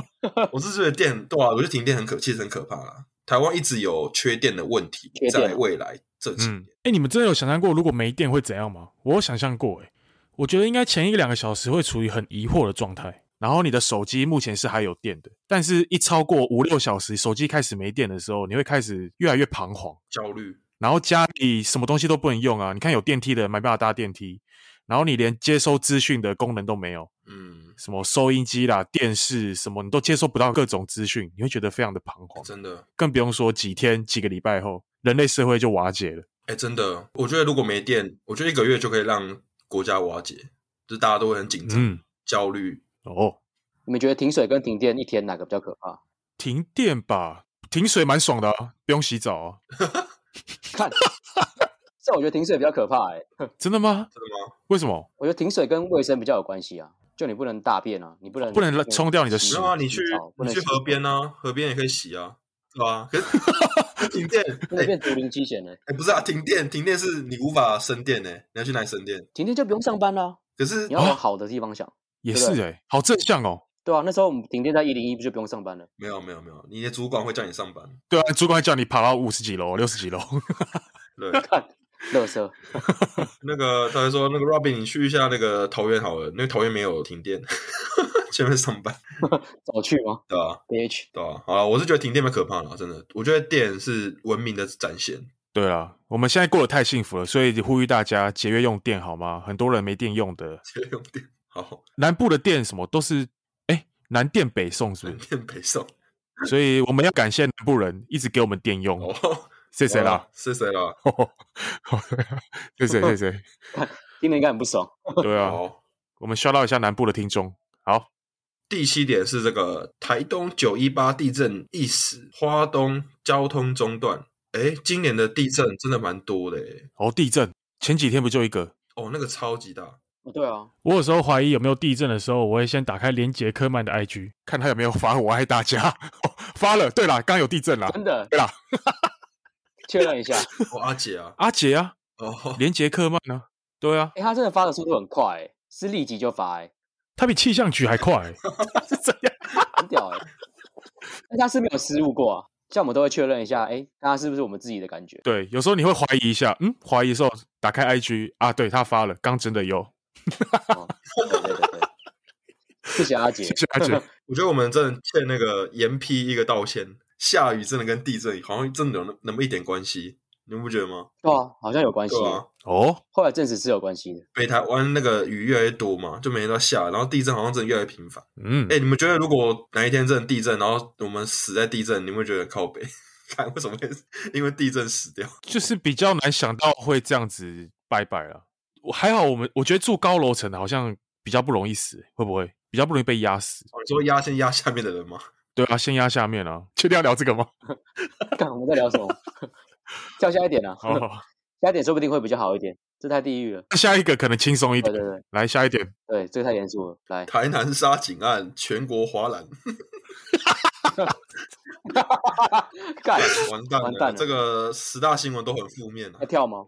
Speaker 1: 我是觉得电，对啊，我觉得停电很可，其实很可怕啦。台湾一直有缺电的问题
Speaker 3: 缺，电啊
Speaker 1: 在未来这几年
Speaker 2: 嗯，，哎、你们真的有想象过如果没电会怎样吗？我有想象过、欸，我觉得应该前一个两个小时会处于很疑惑的状态，然后你的手机目前是还有电的，但是一超过五六小时，手机开始没电的时候，你会开始越来越彷徨，
Speaker 1: 焦虑，
Speaker 2: 然后家里什么东西都不能用啊，你看有电梯的没办法搭电梯，然后你连接收资讯的功能都没有，
Speaker 1: 嗯，
Speaker 2: 什么收音机啦、电视什么，你都接收不到各种资讯，你会觉得非常的彷徨，
Speaker 1: 真的，
Speaker 2: 更不用说几天、几个礼拜后，人类社会就瓦解了。
Speaker 1: 哎、真的，我觉得如果没电，我觉得一个月就可以让国家瓦解，就是大家都会很紧张、
Speaker 2: 嗯，
Speaker 1: 焦虑，
Speaker 2: 哦。
Speaker 3: 你们觉得停水跟停电一天哪个比较可怕？
Speaker 2: 停电吧，停水蛮爽的、啊，不用洗澡啊。
Speaker 3: 看，像我觉得停水比较可怕哎、
Speaker 2: 真的吗？
Speaker 1: 真的吗？
Speaker 2: 为什么
Speaker 3: 我觉得停水跟卫生比较有关系啊，就你不能大便啊，你不能
Speaker 2: 不能冲掉你的
Speaker 3: 洗
Speaker 2: 屎
Speaker 1: 没有啊，你
Speaker 3: 洗
Speaker 1: 去
Speaker 3: 澡不
Speaker 1: 你
Speaker 3: 能
Speaker 1: 去
Speaker 3: 洗
Speaker 1: 河
Speaker 3: 澡
Speaker 1: 边啊，河边也可以洗啊，对吧、可 是停电，
Speaker 3: 真
Speaker 1: 哎、
Speaker 3: 的变竹林七贤了。
Speaker 1: 哎不是啊，停电，停电是你无法生电呢、你要去哪里生电？
Speaker 3: 停电就不用上班啦、
Speaker 1: 可是
Speaker 3: 你
Speaker 2: 哦
Speaker 3: 要往好的地方想，
Speaker 2: 也是
Speaker 3: 对
Speaker 1: 啊
Speaker 2: 哎、好正向哦。
Speaker 3: 对啊，那时候我们停电在一零一，不就不用上班了？
Speaker 1: 没有没有没有，你的主管会叫你上班，
Speaker 2: 对啊，主管叫你爬到五十几楼、六十几楼，
Speaker 1: 对，
Speaker 3: 看，乐色，
Speaker 1: 那个他就说那个 Robin，你去一下那个桃园好了，那个桃园没有停电，前面上班，
Speaker 3: 早去吗
Speaker 1: 对吧、
Speaker 3: ？BH，
Speaker 1: 对啊吧、好了，我是觉得停电蛮可怕的啊，真的，我觉得电是文明的展现，
Speaker 2: 对啊，我们现在过得太幸福了，所以呼吁大家节约用电好吗？很多人没电用的，
Speaker 1: 节约用电，好，
Speaker 2: 欸南部的电什么都是哎、南电北送是不
Speaker 1: 南
Speaker 2: 是？
Speaker 1: 电北送，
Speaker 2: 所以我们要感谢南部人一直给我们电用，
Speaker 1: 哦，
Speaker 2: 谢谢啦，
Speaker 1: 是谁啦？
Speaker 2: 好的 谢谢谢 谢，
Speaker 3: 听了应该很不爽。
Speaker 2: 对啊，
Speaker 1: 好，
Speaker 2: 我们 shout out 一下南部的听众。好，
Speaker 1: 第七点是这个台东九一八地震一死，花东交通中断。哎，今年的地震真的蛮多的诶，
Speaker 2: 哦，地震前几天不就一个？
Speaker 1: 哦，那个超级大，
Speaker 3: 哦对啊，
Speaker 5: 我有时候怀疑有没有地震的时候，我会先打开连杰科曼的 IG。
Speaker 2: 看他有没有发我爱大家， 哦发了。对啦，刚有地震啦。
Speaker 3: 真的
Speaker 2: 对啦，
Speaker 3: 确认一下。
Speaker 1: 哦，阿姐啊，
Speaker 2: 阿杰啊，
Speaker 1: 哦，
Speaker 2: 连杰克曼啊，对啊，
Speaker 3: 哎，他真的发的速度很快，哎，是立即就发，哎，
Speaker 5: 它比气象局还快、欸，
Speaker 2: 是这样。
Speaker 3: 很屌哎。但他是没有失误过啊，像我们都会确认一下，哎，那是不是我们自己的感觉？
Speaker 2: 对，有时候你会怀疑一下，嗯，怀疑的时候打开 IG 啊，对他发了，刚真的有，
Speaker 3: 哦对对对对，谢谢阿杰
Speaker 2: 谢。谢阿杰。
Speaker 1: 我觉得我们真的欠那个严批一个道歉。下雨真的跟地震好像真的有那那么一点关系，你们不觉得吗？
Speaker 3: 对啊，好像有关系
Speaker 1: 对。啊，
Speaker 2: 哦，
Speaker 3: 后来证实是有关系的。
Speaker 1: 北台湾那个雨越来越多嘛，就每天都下，然后地震好像真的越来越频繁。
Speaker 2: 嗯
Speaker 1: 哎、，你们觉得如果哪一天真的地震，然后我们死在地震，你们会觉得很靠北？ 看为什么会因为地震死掉？
Speaker 2: 就是比较难想到会这样子拜拜了。我还好，我们我觉得住高楼层的好像比较不容易死，会不会比较不容易被压死？
Speaker 1: 哦你说压先压下面的人吗？
Speaker 2: 对啊，先压下面啊。确定要聊这个吗？
Speaker 3: 看我们在聊 什么？跳下一点啊，
Speaker 2: 好，
Speaker 3: 下
Speaker 2: 好
Speaker 3: 一点说不定会比较好一点。这太地狱了，
Speaker 2: 哦下一个可能轻松一
Speaker 3: 对
Speaker 2: 点
Speaker 3: 对。对
Speaker 2: 来，下一点，
Speaker 3: 对，这个太严肃了。来，
Speaker 1: 台南杀警案，全国哗 然，
Speaker 3: 干，
Speaker 1: 完蛋了！
Speaker 3: 完蛋了
Speaker 1: 这个十大新闻都很负面啊
Speaker 3: 要。跳吗？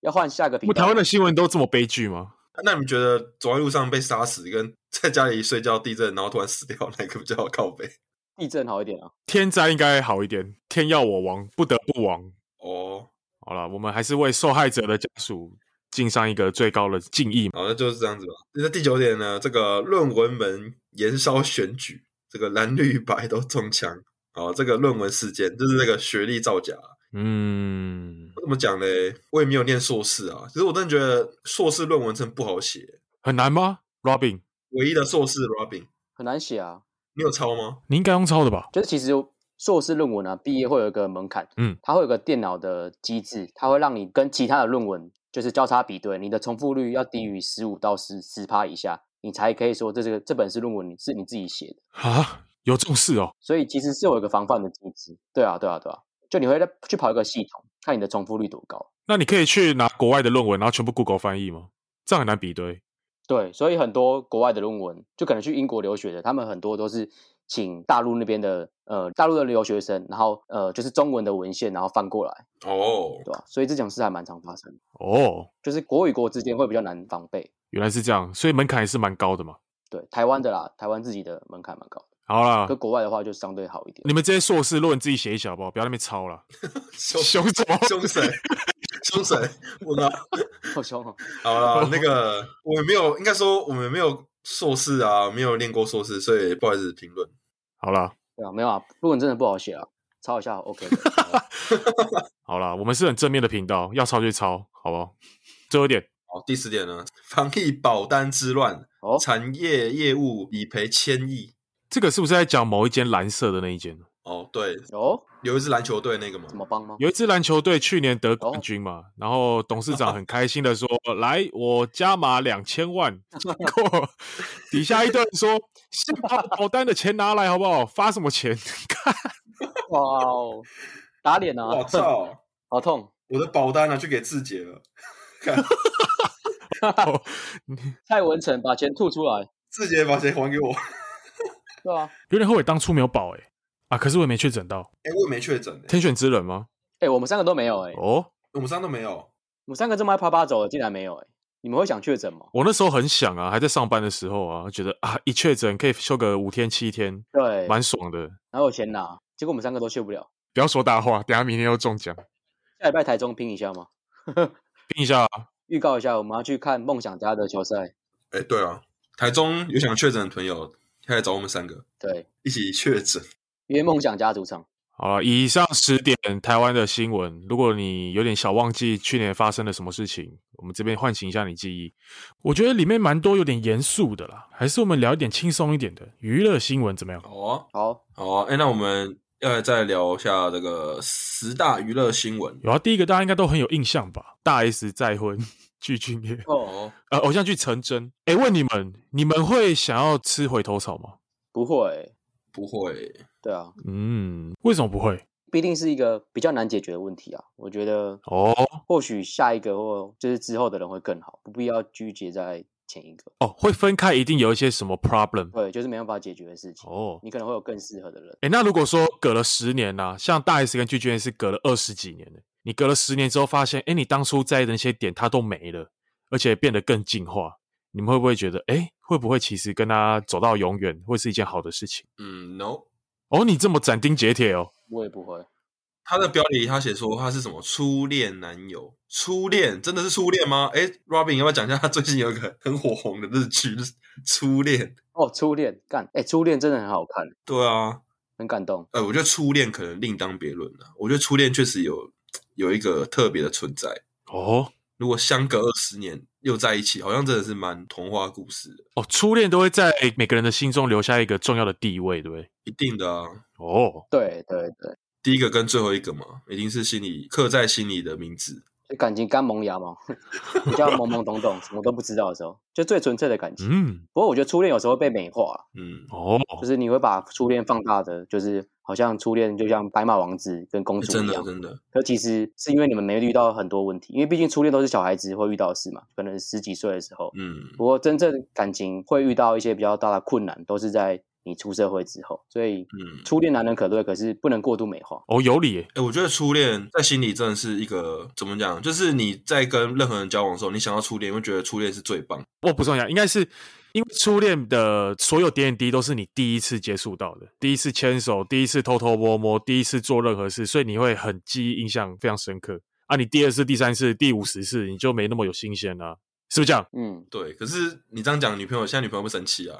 Speaker 3: 要换下个频
Speaker 2: 我
Speaker 3: 道。
Speaker 2: 台湾的新闻都这么悲剧吗？
Speaker 1: 啊那你们觉得走在路上被杀死，跟在家里睡觉地震，然后突然死掉，哪个比较靠北？
Speaker 3: 地震好一点啊，
Speaker 2: 天灾应该好一点，天要我亡，不得不亡。
Speaker 1: 哦，
Speaker 2: 好了，我们还是为受害者的家属尽上一个最高的敬意嘛。
Speaker 1: 好，那就是这样子吧。那第九点呢？这个论文门延烧选举，这个蓝绿白都中枪。哦，这个论文事件就是那个学历造假。
Speaker 2: 嗯，
Speaker 1: 怎么讲嘞？我也没有念硕士啊，其实我真的觉得硕士论文真不好写。
Speaker 2: 很难吗？Robin，
Speaker 1: 唯一的硕士 Robin，
Speaker 3: 很难写啊。
Speaker 1: 你有抄吗？
Speaker 2: 你应该用抄的吧？
Speaker 3: 就是其实硕士论文啊，毕业会有一个门槛，
Speaker 2: 嗯，
Speaker 3: 它会有个电脑的机制，它会让你跟其他的论文就是交叉比对，你的重复率要低于十五到十十趴以下，你才可以说这这个这本是论文，你是你自己写的。
Speaker 2: 啊，有这种事哦。
Speaker 3: 所以其实是有一个防范的机制。对啊，对啊，对啊，就你会在去跑一个系统，看你的重复率多高。
Speaker 2: 那你可以去拿国外的论文，然后全部 Google 翻译吗？这样很难比对。
Speaker 3: 对，所以很多国外的论文，就可能去英国留学的，他们很多都是请大陆那边的呃大陆的留学生，然后呃就是中文的文献，然后翻过来，
Speaker 1: 哦，
Speaker 3: 对吧、所以这种事还蛮常发生的，
Speaker 2: 哦，
Speaker 3: 就是国与国之间会比较难防备。
Speaker 2: 原来是这样，所以门槛也是蛮高的嘛。
Speaker 3: 对，台湾的啦，台湾自己的门槛蛮高的，
Speaker 2: 好啦
Speaker 3: 跟，国外的话就相对 好一点。
Speaker 2: 你们这些硕士论文自己写一写好不好？不要在那边抄了。
Speaker 1: 凶
Speaker 2: 凶什么？
Speaker 1: 凶神，凶神，我呢？
Speaker 3: 好凶哦！
Speaker 1: 好了，那 个我没有，应该说我们没有硕士啊，没有念过硕士，所以不好意思评论。
Speaker 2: 好啦，
Speaker 3: 对啊，没有啊，论文真的不好写啊，抄一下 OK 的。
Speaker 2: 好啦，我们是很正面的频道，要抄就抄，好不好？最后一点，
Speaker 1: 好，第十点呢，防疫保单之乱，
Speaker 3: 哦，
Speaker 1: 产业业务理赔千亿。
Speaker 2: 这个是不是在讲某一间蓝色的那一间？
Speaker 1: 哦，对，
Speaker 3: 有
Speaker 1: 有一支篮球队那个嘛
Speaker 3: 怎，么帮吗？
Speaker 2: 有一支篮球队去年得冠军嘛，然后董事长很开心的说：“来，我加码两千万。”结果底下一堆人说：“先把保单的钱拿来好不好？发什么钱？看
Speaker 3: 哇哦，打脸啊！
Speaker 1: 我操，
Speaker 3: 好痛！
Speaker 1: 我的保单呢、去给志杰了，
Speaker 2: 哦
Speaker 3: 蔡文成把钱吐出来，
Speaker 1: 志杰把钱还给我，
Speaker 3: 对啊。
Speaker 5: 有点后悔当初没有保哎、欸啊，可是我也没确诊到，
Speaker 1: 哎、我也没确诊、欸，
Speaker 2: 天选之人吗？
Speaker 3: 哎、我们三个都没有哎、
Speaker 2: 哦，
Speaker 1: 我们三个都没有。
Speaker 3: 我们三个这么爱啪啪走的，竟然没有哎、你们会想确诊吗？
Speaker 2: 我那时候很想啊，还在上班的时候啊，觉得啊，一确诊可以休个五天七天，
Speaker 3: 对，
Speaker 2: 蛮爽的。
Speaker 3: 然后有钱拿，结果我们三个都去不了。
Speaker 2: 不要说大话，等下明天又中奖，
Speaker 3: 下礼拜台中拼一下吗？
Speaker 2: 拼一下啊。
Speaker 3: 预告一下，我们要去看梦想家的球赛。
Speaker 1: 哎、对啊，台中有想确诊的朋友，可以来找我们三个
Speaker 3: 对，
Speaker 1: 一起确诊。
Speaker 3: 约梦想家主场。
Speaker 2: 好了，以上十点台湾的新闻，如果你有点小忘记去年发生了什么事情，我们这边唤醒一下你记忆。我觉得里面蛮多有点严肃的啦，还是我们聊一点轻松一点的娱乐新闻怎么样？
Speaker 1: 好啊，
Speaker 3: 好，
Speaker 1: 好啊，哎、那我们要再聊一下这个十大娱乐新闻。
Speaker 2: 有啊，第一个大家应该都很有印象吧？大 S 再婚，具俊晔，
Speaker 3: 哦，
Speaker 1: 哦，
Speaker 2: 呃，偶像剧成真。哎、问你们，你们会想要吃回头草吗？
Speaker 3: 不会，
Speaker 1: 不会，
Speaker 3: 对啊，
Speaker 2: 嗯，为什么不会？
Speaker 3: 必定是一个比较难解决的问题啊。我觉得，
Speaker 2: 哦
Speaker 3: 或许下一个或就是之后的人会更好，不必要纠结在前一个，
Speaker 2: 哦，会分开，一定有一些什么 problem
Speaker 3: 对，就是没办法解决的事情。
Speaker 2: 哦。
Speaker 3: 你可能会有更适合的人，
Speaker 2: 哎、那如果说隔了十年呐、像大 S 跟具俊晔是隔了二十几年的，你隔了十年之后发现，哎、你当初在意的那些点它都没了，而且变得更进化，你们会不会觉得，哎、会不会其实跟他走到永远会是一件好的事情？
Speaker 1: 嗯，no。
Speaker 2: 哦，你这么斩钉截铁哦，
Speaker 3: 我也不会。
Speaker 1: 他的标题他写说他是什么初恋男友，初恋真的是初恋吗？哎、r o b i n 要不要讲一下他最近有一个很火红的日剧 《初恋》？
Speaker 3: 哦，初恋，干，哎、初恋真的很好看，
Speaker 1: 对啊，
Speaker 3: 很感动。
Speaker 1: 呃，我觉得初恋可能另当别论了。我觉得初恋确实有有一个特别的存在。
Speaker 2: 哦
Speaker 1: 如果相隔二十年又在一起，好像真的是蛮童话故事的，
Speaker 2: 哦，初恋都会在每个人的心中留下一个重要的地位，对不对？
Speaker 1: 一定的啊。
Speaker 2: 哦，
Speaker 3: 对对对，
Speaker 1: 第一个跟最后一个嘛，一定是心里刻在心里的名字。
Speaker 3: 就感情刚萌芽嘛， 比较懵懵懂懂，什么都不知道的时候，就最纯粹的感情。
Speaker 2: 嗯，
Speaker 3: 不过我觉得初恋有时候被美化了，
Speaker 1: 嗯，
Speaker 2: 哦，
Speaker 3: 就是你会把初恋放大的，就是好像初恋就像白马王子跟公主
Speaker 1: 真
Speaker 3: 一
Speaker 1: 的
Speaker 3: 样。
Speaker 1: 真的，
Speaker 3: 可其实是因为你们没遇到很多问题，因为毕竟初恋都是小孩子会遇到的事嘛，可能十几岁的时候。
Speaker 1: 嗯，
Speaker 3: 不过真正感情会遇到一些比较大的困难，都是在你出社会之后。所以
Speaker 1: 嗯
Speaker 3: 初恋难能可贵，可是不能过度美化。
Speaker 2: 哦，有理耶，
Speaker 1: 哎、我觉得初恋在心里真的是一个怎么讲？就是你在跟任何人交往的时候，你想到初恋，你会觉得初恋是最棒。
Speaker 2: 我补充一下，应该是因为初恋的所有点点滴滴都是你第一次接触到的，第一次牵手，第一次偷偷摸摸，第一次做任何事，所以你会很记忆印象非常深刻啊。你第二次、第三次、第五十次，你就没那么有新鲜啦、是不是这样？
Speaker 3: 嗯，
Speaker 1: 对，可是你这样讲，女朋友现在女朋友会生气啊，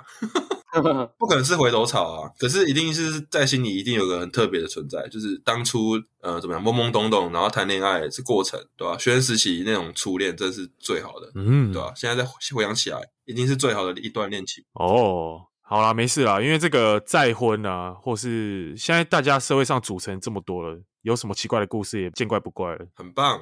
Speaker 1: 不可能是回头草啊。可是一定是在心里一定有个很特别的存在，就是当初呃怎么样懵懵懂懂，然后谈恋爱是过程，对吧、学生时期那种初恋，真是最好的，
Speaker 2: 嗯
Speaker 1: 对啊吧、现在再回回想起来，一定是最好的一段恋情。
Speaker 2: 哦，好啦，没事啦，因为这个再婚啊，或是现在大家社会上组成这么多了，有什么奇怪的故事也见怪不怪了。
Speaker 1: 很棒，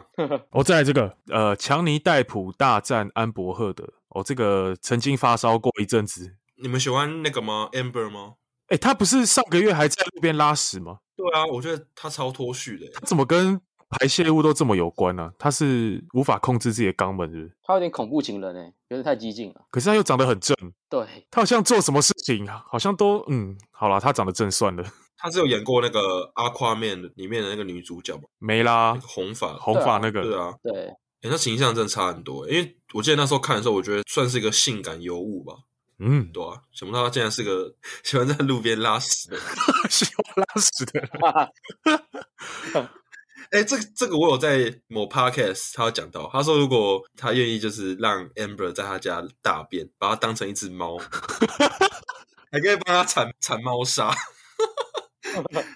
Speaker 2: 哦，再来这个，呃，强尼戴普大战安伯赫德，哦，这个曾经发烧过一阵子，
Speaker 1: 你们喜欢那个吗？Amber 吗？
Speaker 2: 哎、他不是上个月还在路边拉屎吗？
Speaker 1: 对啊，我觉得他超脱序的欸、
Speaker 2: 他怎么跟排泄物都这么有关呢、他是无法控制自己的肛门，是不是？
Speaker 3: 他有点恐怖情人哎、欸，有点太激进了。
Speaker 2: 可是他又长得很正，
Speaker 3: 对，
Speaker 2: 他好像做什么事情好像都嗯，好啦，他长得正算了，
Speaker 1: 他是有演过那个《阿夸面》里面的那个女主角嘛？
Speaker 2: 没啦
Speaker 1: 那个，红发，
Speaker 2: 红发那
Speaker 1: 对
Speaker 2: 个，
Speaker 1: 啊，
Speaker 3: 对，
Speaker 1: 诶那形象真的差很多。因为我记得那时候看的时候，我觉得算是一个性感尤物吧，
Speaker 2: 嗯，
Speaker 1: 对啊，想不到他竟然是个 喜欢在路边拉屎的人。
Speaker 2: 是有拉屎的人，
Speaker 1: 哎，这个这个我有在某 podcast 他有讲到，他说如果他愿意，就是让 Amber 在他家大便，把他当成一只猫，还可以帮他铲铲猫砂。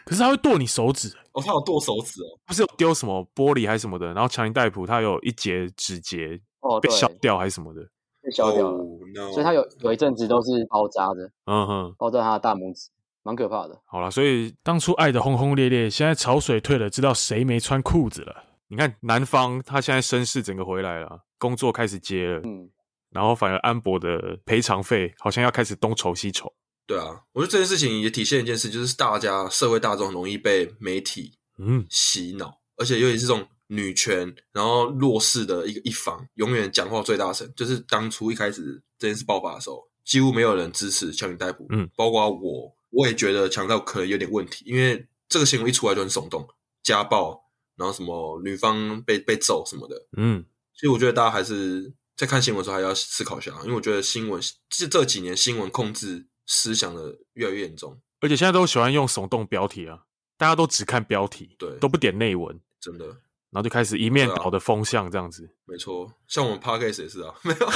Speaker 2: 可是他会剁你手指，欸
Speaker 1: 哦，他有剁手指哦，
Speaker 2: 不是有丢什么玻璃还是什么的，然后强尼戴普他有一节指节
Speaker 3: 哦
Speaker 2: 被
Speaker 3: 对，
Speaker 2: 削掉还是什么的，
Speaker 3: 被消掉了。
Speaker 1: Oh, no.
Speaker 3: 所以他有有一阵子都是包扎的，
Speaker 2: 嗯哼。
Speaker 3: 包扎他的大拇指，蛮可怕的。
Speaker 2: 好了，所以当初爱的轰轰烈烈，现在潮水退了，知道谁没穿裤子了。你看南方，他现在身世整个回来了，工作开始接了，
Speaker 3: 嗯，
Speaker 2: 然后反而安博的赔偿费好像要开始东愁西愁。
Speaker 1: 对啊，我觉得这件事情也体现一件事，就是大家社会大众容易被媒体
Speaker 2: 嗯，
Speaker 1: 洗脑，而且尤其是这种女权，然后弱势的一个一方，永远讲话最大声。就是当初一开始这件事爆发的时候，几乎没有人支持强尼逮捕，
Speaker 2: 嗯，
Speaker 1: 包括我，我也觉得强盗可能有点问题，因为这个行为一出来就很耸动，家暴，然后什么女方被被揍什么的，
Speaker 2: 嗯，
Speaker 1: 所以我觉得大家还是在看新闻的时候还要思考一下，啊因为我觉得新闻这这几年新闻控制思想的越来越严重，
Speaker 2: 而且现在都喜欢用耸动标题啊，大家都只看标题，
Speaker 1: 对
Speaker 2: 都不点内文，
Speaker 1: 真的。
Speaker 2: 然后就开始一面
Speaker 1: 对啊
Speaker 2: 倒的风向这样子。
Speaker 1: 没错，像我们 podcast 也是啊，没有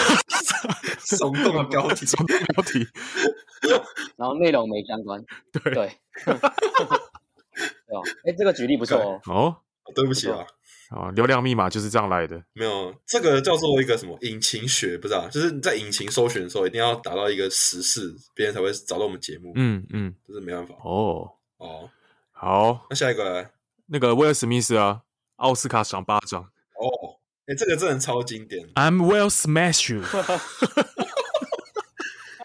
Speaker 1: 耸动的标题，
Speaker 2: 耸动标题，
Speaker 3: 然后内容没相关。
Speaker 2: 对
Speaker 3: 对，对哦，哎，这个举例不错哦。
Speaker 2: 哦，
Speaker 1: 对不起啊，
Speaker 2: 啊，流量密码就是这样来的。
Speaker 1: 没有，这个叫做一个什么引擎学，不知道、就是你在引擎搜寻的时候，一定要达到一个时事，别人才会找到我们节目。，
Speaker 2: 嗯嗯，
Speaker 1: 这是没办法。
Speaker 2: 哦，
Speaker 1: 哦，
Speaker 2: 好，
Speaker 1: 那下一个来
Speaker 2: 那个威尔史密斯啊，奥斯卡赏巴掌
Speaker 1: 哦，哎、这个真的超经典。
Speaker 2: ，I'm will smash you，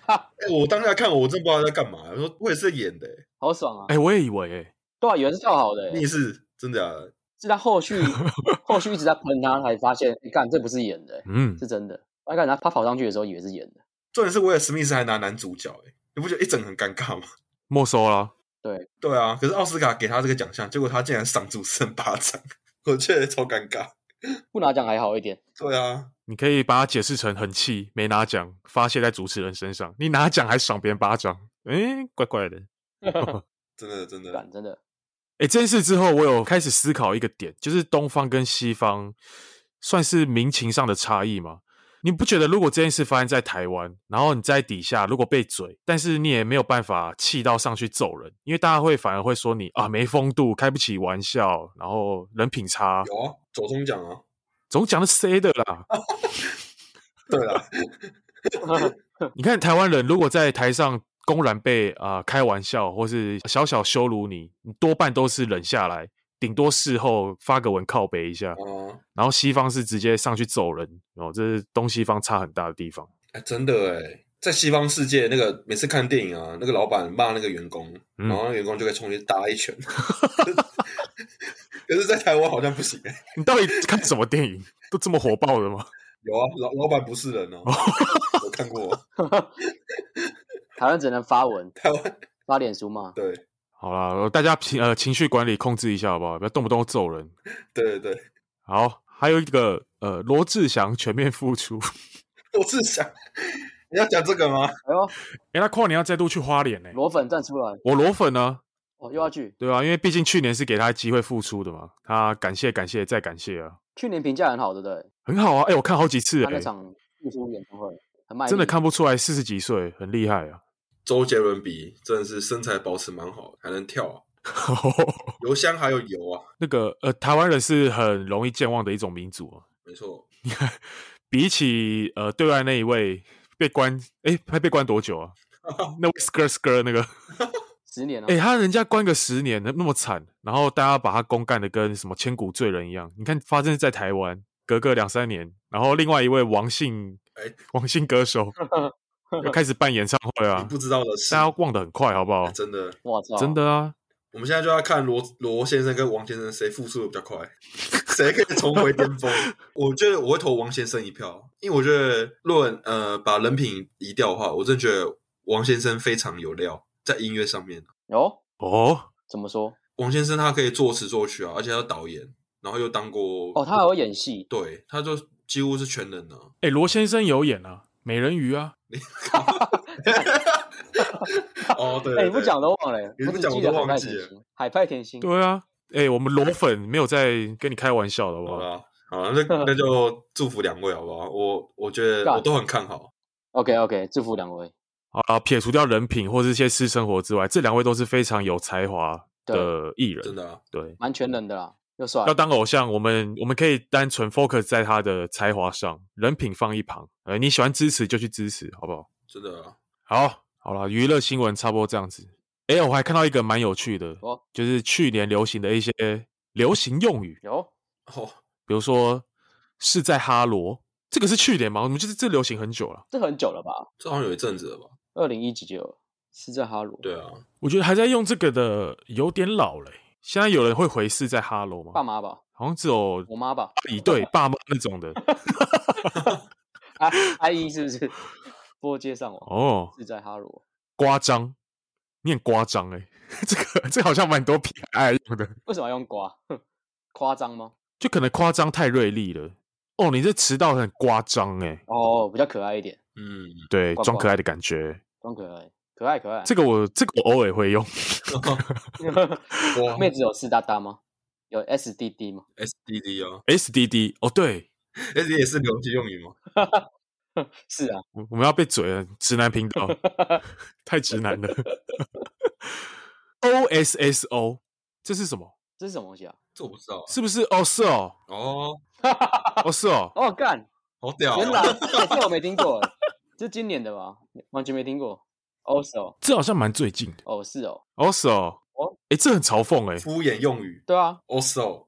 Speaker 1: 哎、我当下看我真不知道他在干嘛，我说我也是演的、欸，
Speaker 3: 好爽啊！
Speaker 2: 哎、我也以为、欸，
Speaker 3: 对啊，以为是跳好的、
Speaker 1: 你也是真假的？
Speaker 3: 是他后续后续一直在喷他，才发现，哎干这不是演的、
Speaker 2: 嗯，
Speaker 3: 是真的。我看他他跑上去的时候以为是演的，
Speaker 1: 重点是威尔史密斯还拿男主角、欸，你不觉得一整很尴尬吗？
Speaker 2: 没收了，
Speaker 3: 对，
Speaker 1: 对啊，可是奥斯卡给他这个奖项，结果他竟然赏主持人巴掌， 我觉得超尴尬。
Speaker 3: 不拿奖还好一点。
Speaker 1: 对啊，
Speaker 2: 你可以把它解释成很气，没拿奖，发泄在主持人身上，你拿奖还赏别人巴掌，哎、怪怪的。
Speaker 1: 真的真的，
Speaker 3: 干真的，
Speaker 2: 哎、这件事之后，我有开始思考一个点，就是东方跟西方算是民情上的差异吗？你不觉得如果这件事发生在台湾，然后你在底下如果被嘴，但是你也没有办法气到上去揍人，因为大家会反而会说你啊没风度，开不起玩笑，然后人品差，
Speaker 1: 有啊，左中奖啊，
Speaker 2: 总讲的谁的啦？
Speaker 1: 对啊，
Speaker 2: 你看台湾人如果在台上公然被啊、开玩笑，或是小小羞辱你，你多半都是忍下来，顶多事后发个文靠北一下。
Speaker 1: 啊，
Speaker 2: 然后西方是直接上去揍人，哦，这是东西方差很大的地方。
Speaker 1: 哎、真的哎、在西方世界，那个每次看电影啊，那个老板骂那个员工，
Speaker 2: 嗯
Speaker 1: 然后那个员工就可以冲去打一拳。 可是，在台湾好像不行、欸，
Speaker 2: 你到底看什么电影？都这么火爆的吗？
Speaker 1: 有啊，老老板不是人哦、我看过
Speaker 3: 台湾只能发文
Speaker 1: 台湾，
Speaker 3: 发脸书嘛，
Speaker 1: 对
Speaker 2: 好啦，呃大家情呃情绪管理控制一下好不好？不要动不动揍人。
Speaker 1: 对对对，
Speaker 2: 好，还有一个呃，罗志祥全面复出。
Speaker 1: 我是想你要讲这个吗？
Speaker 3: 哎呦，
Speaker 2: 诶，他跨年要再度去花莲呢、
Speaker 3: 裸粉站出来，
Speaker 2: 我裸粉呢？
Speaker 3: 哦，又要去。
Speaker 2: 对啊，因为毕竟去年是给他机会复出的嘛，他感谢感谢再感谢啊，
Speaker 3: 去年评价很好，对不对？
Speaker 2: 很好啊。诶，我看好几次、
Speaker 3: 他那
Speaker 2: 诶，
Speaker 3: 场复出演唱会很卖力，
Speaker 2: 真的看不出来四十几岁，很厉害啊。
Speaker 1: 周杰伦比真的是身材保持蛮好的，还能跳啊、
Speaker 2: 哦
Speaker 1: 油箱还有油啊，
Speaker 2: 那个呃，台湾人是很容易健忘的一种民族、啊，
Speaker 1: 没错，
Speaker 2: 比起呃对外那一位被关，诶，他被关多久啊？那位 skr skr 那个，
Speaker 3: 十年了
Speaker 1: 哎
Speaker 2: 诶，，他人家关个十年，那那么惨，然后大家把他公干的跟什么千古罪人一样。你看，发生在台湾，隔个两三年，然后另外一位王姓
Speaker 1: 诶
Speaker 2: 王姓歌手 又开始办演唱会
Speaker 1: 你
Speaker 2: 啊，
Speaker 1: 不知道的事
Speaker 2: 大，家忘得很快，好不好？
Speaker 1: 真的，
Speaker 3: 我操，
Speaker 2: 真的啊，
Speaker 1: 我们现在就要看罗罗先生跟王先生谁复苏的比较快，谁可以重回 巅峰。我觉得我会投王先生一票，因为我觉得论呃把人品移掉的话，我真的觉得王先生非常有料，在音乐上面，
Speaker 3: 哦，
Speaker 2: 哦，
Speaker 3: 怎么说？
Speaker 1: 王先生他可以作词作曲啊，而且他导演，然后又当过
Speaker 3: 哦，他还会演戏，
Speaker 1: 对，他就几乎是全能啊。
Speaker 2: 诶，罗先生有演啊，美人鱼啊，
Speaker 1: 哦，对
Speaker 3: 哎，你不讲都忘了欸，
Speaker 1: 你
Speaker 3: 我
Speaker 1: 不
Speaker 3: 只
Speaker 1: 讲
Speaker 3: 记
Speaker 1: 我
Speaker 3: 得
Speaker 1: 都
Speaker 3: 海
Speaker 1: 忘
Speaker 3: 派
Speaker 1: 记
Speaker 3: 甜
Speaker 1: 了
Speaker 3: 心，海派
Speaker 1: 嗯
Speaker 3: 甜心，
Speaker 2: 对啊，诶，我们裸粉没有在跟你开玩笑的，好不
Speaker 1: 好啊
Speaker 2: 好？
Speaker 1: 吧，好 啦，那那就祝福两位好不好？我我觉得
Speaker 3: 啊
Speaker 1: 我都很看好，
Speaker 3: ，OK OK，祝福两位，
Speaker 2: 啊，撇除掉人品或是一些私生活之外，这两位都是非常有才华的艺人，
Speaker 1: 真的、啊。
Speaker 2: 对。
Speaker 3: 蛮全能的啦，又帅
Speaker 2: 要，当偶像，我们我们可以单纯 focus 在他的才华上，人品放一旁。呃，你喜欢支持就去支持，好不好？
Speaker 1: 真的、啊，
Speaker 2: 好，好了，娱乐新闻差不多这样子。哎，我还看到一个蛮有趣的
Speaker 3: 哦，
Speaker 2: 就是去年流行的一些流行用语，
Speaker 3: 有
Speaker 1: 哦，
Speaker 2: 比如说是在哈罗，这个是去年吗？我们就是这流行很久了，
Speaker 3: 这很久了吧？
Speaker 1: 这好像有一阵子了吧？
Speaker 3: 二零一几就有，是在哈罗，
Speaker 1: 对啊，
Speaker 2: 我觉得还在用这个的有点老了欸。现在有人会回是在哈罗吗？
Speaker 3: 爸妈哦吧，
Speaker 2: 好像只有
Speaker 3: 我妈吧，
Speaker 2: 以对爸妈那 种的
Speaker 3: 阿阿姨是不是？波接上网
Speaker 2: 哦，
Speaker 3: 是在哈罗，
Speaker 2: 瓜张，念瓜张哎、 这个这个好像蛮多 P I 用的，
Speaker 3: 为什么要用瓜？ 夸张吗？
Speaker 2: 就可能夸张太锐利了。哦，你这迟到很夸张哎、
Speaker 3: 哦，比较可爱一点，
Speaker 1: 嗯，
Speaker 2: 对，
Speaker 3: 怪
Speaker 2: 装
Speaker 3: 怪
Speaker 2: 可爱的感觉。
Speaker 3: 装可爱，可爱可爱。
Speaker 2: 这个我这个我偶尔会用，
Speaker 1: 哇
Speaker 3: 妹子有四大大吗？有 S D D 吗？
Speaker 1: ，S D D 哦
Speaker 2: S D D 哦，对，
Speaker 1: ，S D 也是流行用语吗？
Speaker 3: 是啊，
Speaker 2: 我我们要被嘴了，直男频道太直男了。O S S O 这是什么？
Speaker 3: 这是什么东西啊？
Speaker 1: 这我不知道啊、
Speaker 2: 是不是？哦，是哦，
Speaker 1: 哦，
Speaker 2: 哦是哦，
Speaker 3: 哦，干，
Speaker 1: 好屌、
Speaker 3: 原来、
Speaker 1: 哦！
Speaker 3: 欸这我没听过，这今年的吧？完全没听过。哦是哦，
Speaker 2: 这好像蛮最近的。
Speaker 3: 哦是哦，
Speaker 2: 哦是哦
Speaker 3: 哦，
Speaker 2: 哎，这很嘲讽哎，
Speaker 1: 敷衍用语
Speaker 3: 对啊，
Speaker 1: ，also，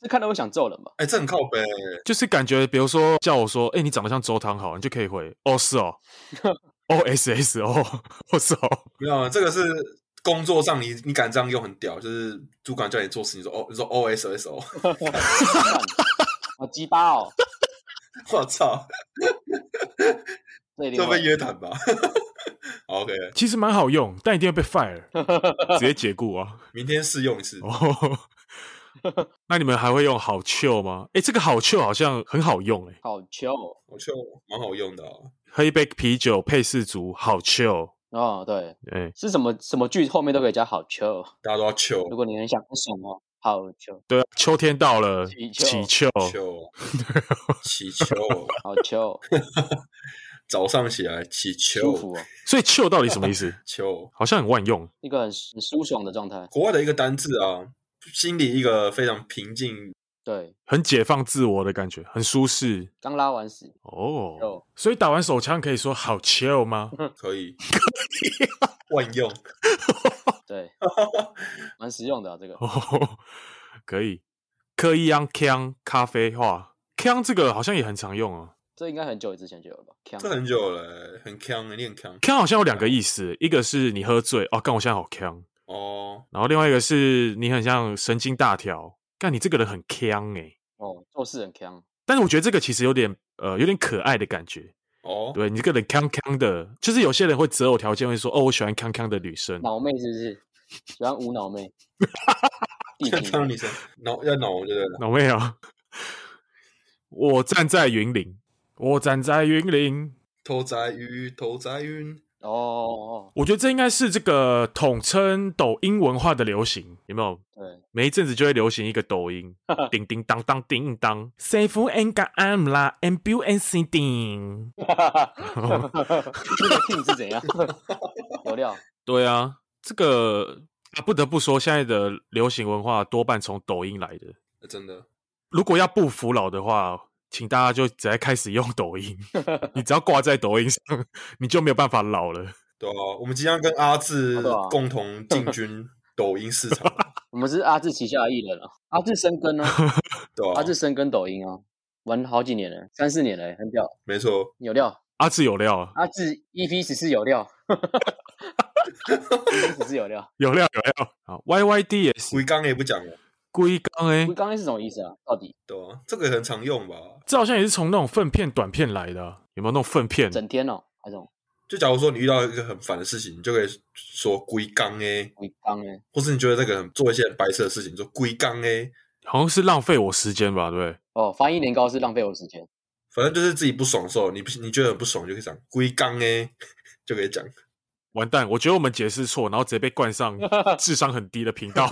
Speaker 3: 这看到我想揍人吧？
Speaker 1: 哎、这很靠北。
Speaker 2: 就是感觉，比如说叫我说，哎，你长得像周汤好，你就可以回哦是哦，O S S 哦，哦是哦，
Speaker 1: 没有，啊这个是工作上你你敢这样用很屌，就是主管叫你做事，你说哦，你说 O S S O，
Speaker 3: 干好鸡巴哦，
Speaker 1: 我操，
Speaker 3: 这一定
Speaker 1: 这
Speaker 3: 会
Speaker 1: 被约谈吧 好？OK，
Speaker 2: 其实蛮好用，但一定要被 fire，直接解雇啊。
Speaker 1: 明天试用一次。
Speaker 2: 哦，那你们还会用好 chill 吗？哎，这个好 chill 好像很好用哎，
Speaker 3: 好球哦
Speaker 1: 我就蛮好用的、啊，
Speaker 2: 喝一杯啤酒配四足，好 chill，
Speaker 3: 哦，对，
Speaker 2: 哎，
Speaker 3: 是什么什么剧后面都可以加好球，
Speaker 1: 大家都要求
Speaker 3: 如果你很想很爽哦，好球
Speaker 2: 对啊，秋天到了，
Speaker 3: 起
Speaker 2: 起
Speaker 3: chill
Speaker 2: 秋，
Speaker 1: 求祈 求，
Speaker 3: 好球，
Speaker 1: 早上起来祈
Speaker 3: 舒
Speaker 1: 求
Speaker 3: 服哦，
Speaker 2: 所以 chill 到底什么意思？
Speaker 1: 求，
Speaker 2: 好像很万用。
Speaker 3: 一个很很舒爽的状态。
Speaker 1: 国外的一个单字啊，心里一个非常平静。
Speaker 3: 对，
Speaker 2: 很解放自我的感觉，很舒适
Speaker 3: 刚拉完屎，
Speaker 2: 哦
Speaker 3: 哦。
Speaker 2: 所以打完手枪可以说好 chill 吗？
Speaker 1: 可以，
Speaker 3: 啊
Speaker 1: 万 用。
Speaker 3: 对，蛮实用的、啊、这个。
Speaker 2: 哦， 可以。嗑一样呛咖啡话，呛这个好像也很常用哦。
Speaker 3: 这应该很久之前就有了吧？呛
Speaker 1: 这很久了、很强，欸很很强
Speaker 2: 呛好像有两个意思，一个是你喝醉哦，干我现在好呛，
Speaker 1: 哦。
Speaker 2: 然后另外一个是你很像神经大条，干你这个人很呛诶、
Speaker 3: 哦，做事很呛，
Speaker 2: 但是我觉得这个其实有点呃有点可爱的感觉，
Speaker 1: 哦，
Speaker 2: 对你这个人呛呛的，就是有些人会择偶条件会说哦我喜欢呛呛的女生，
Speaker 3: 脑妹是不是？喜欢无脑妹， 地
Speaker 1: 看
Speaker 3: 痞
Speaker 1: 看
Speaker 3: 妹
Speaker 1: 你是脑要脑，对不对？
Speaker 2: 有哦没有？ 我站在云林，我站在云林。
Speaker 1: 头在雨，头在云，
Speaker 3: 哦哦，哦
Speaker 2: 我觉得这应该是这个统称抖音文化的流行，有没有？
Speaker 3: 对，
Speaker 2: 每一阵子就会流行一个抖 音，叮叮当当叮当，safe and g a m 啦，and b u and c 叮。
Speaker 3: 那个 king 是怎样？有料，
Speaker 2: 对啊，这个啊不得不说，现在的流行文化多半从抖音来的。
Speaker 1: 真的
Speaker 2: 如果要不服老的话，请大家就直接开始用抖 音。你只要挂在抖音上，你就没有办法老了。
Speaker 1: 对啊。我们即将跟阿志
Speaker 3: 好的啊
Speaker 1: 共同进军抖音市场，
Speaker 3: 我们是阿志旗下的艺人啊，阿志深耕啊，
Speaker 1: 对吧、
Speaker 3: 阿志深耕抖音啊，玩好几年了，三四年了，欸很屌，
Speaker 1: 没错，
Speaker 3: 有料。
Speaker 2: 阿志有料啊，
Speaker 3: 阿志 EP 十四有料，EP 十四有 料。
Speaker 2: 有料有料啊！Y Y D 也是
Speaker 1: 鬼刚也不讲了，
Speaker 2: 龟缸哎
Speaker 3: 我，刚才是什么意思啊？到底
Speaker 1: 对吧、这个很常用吧？
Speaker 2: 这好像也是从那种粪片短片来的啊，有没有那种粪片？
Speaker 3: 整天哦，还是什么
Speaker 1: 就假如说你遇到一个很烦的事情，你就可以说龟刚哎，
Speaker 3: 鬼刚哎？
Speaker 1: 或是你觉得这个很做一些很白痴的事情，你说龟刚哎，
Speaker 2: 好像是浪费我时间吧，对不对？
Speaker 3: 哦，翻译年糕是浪费我时间。
Speaker 1: 反正就是自己不爽的时候，你不你觉得很不爽，你就可以讲龟刚哎， 就可以讲。哎
Speaker 2: 完蛋，我觉得我们解释错，然后直接被冠 上智商很低的频道。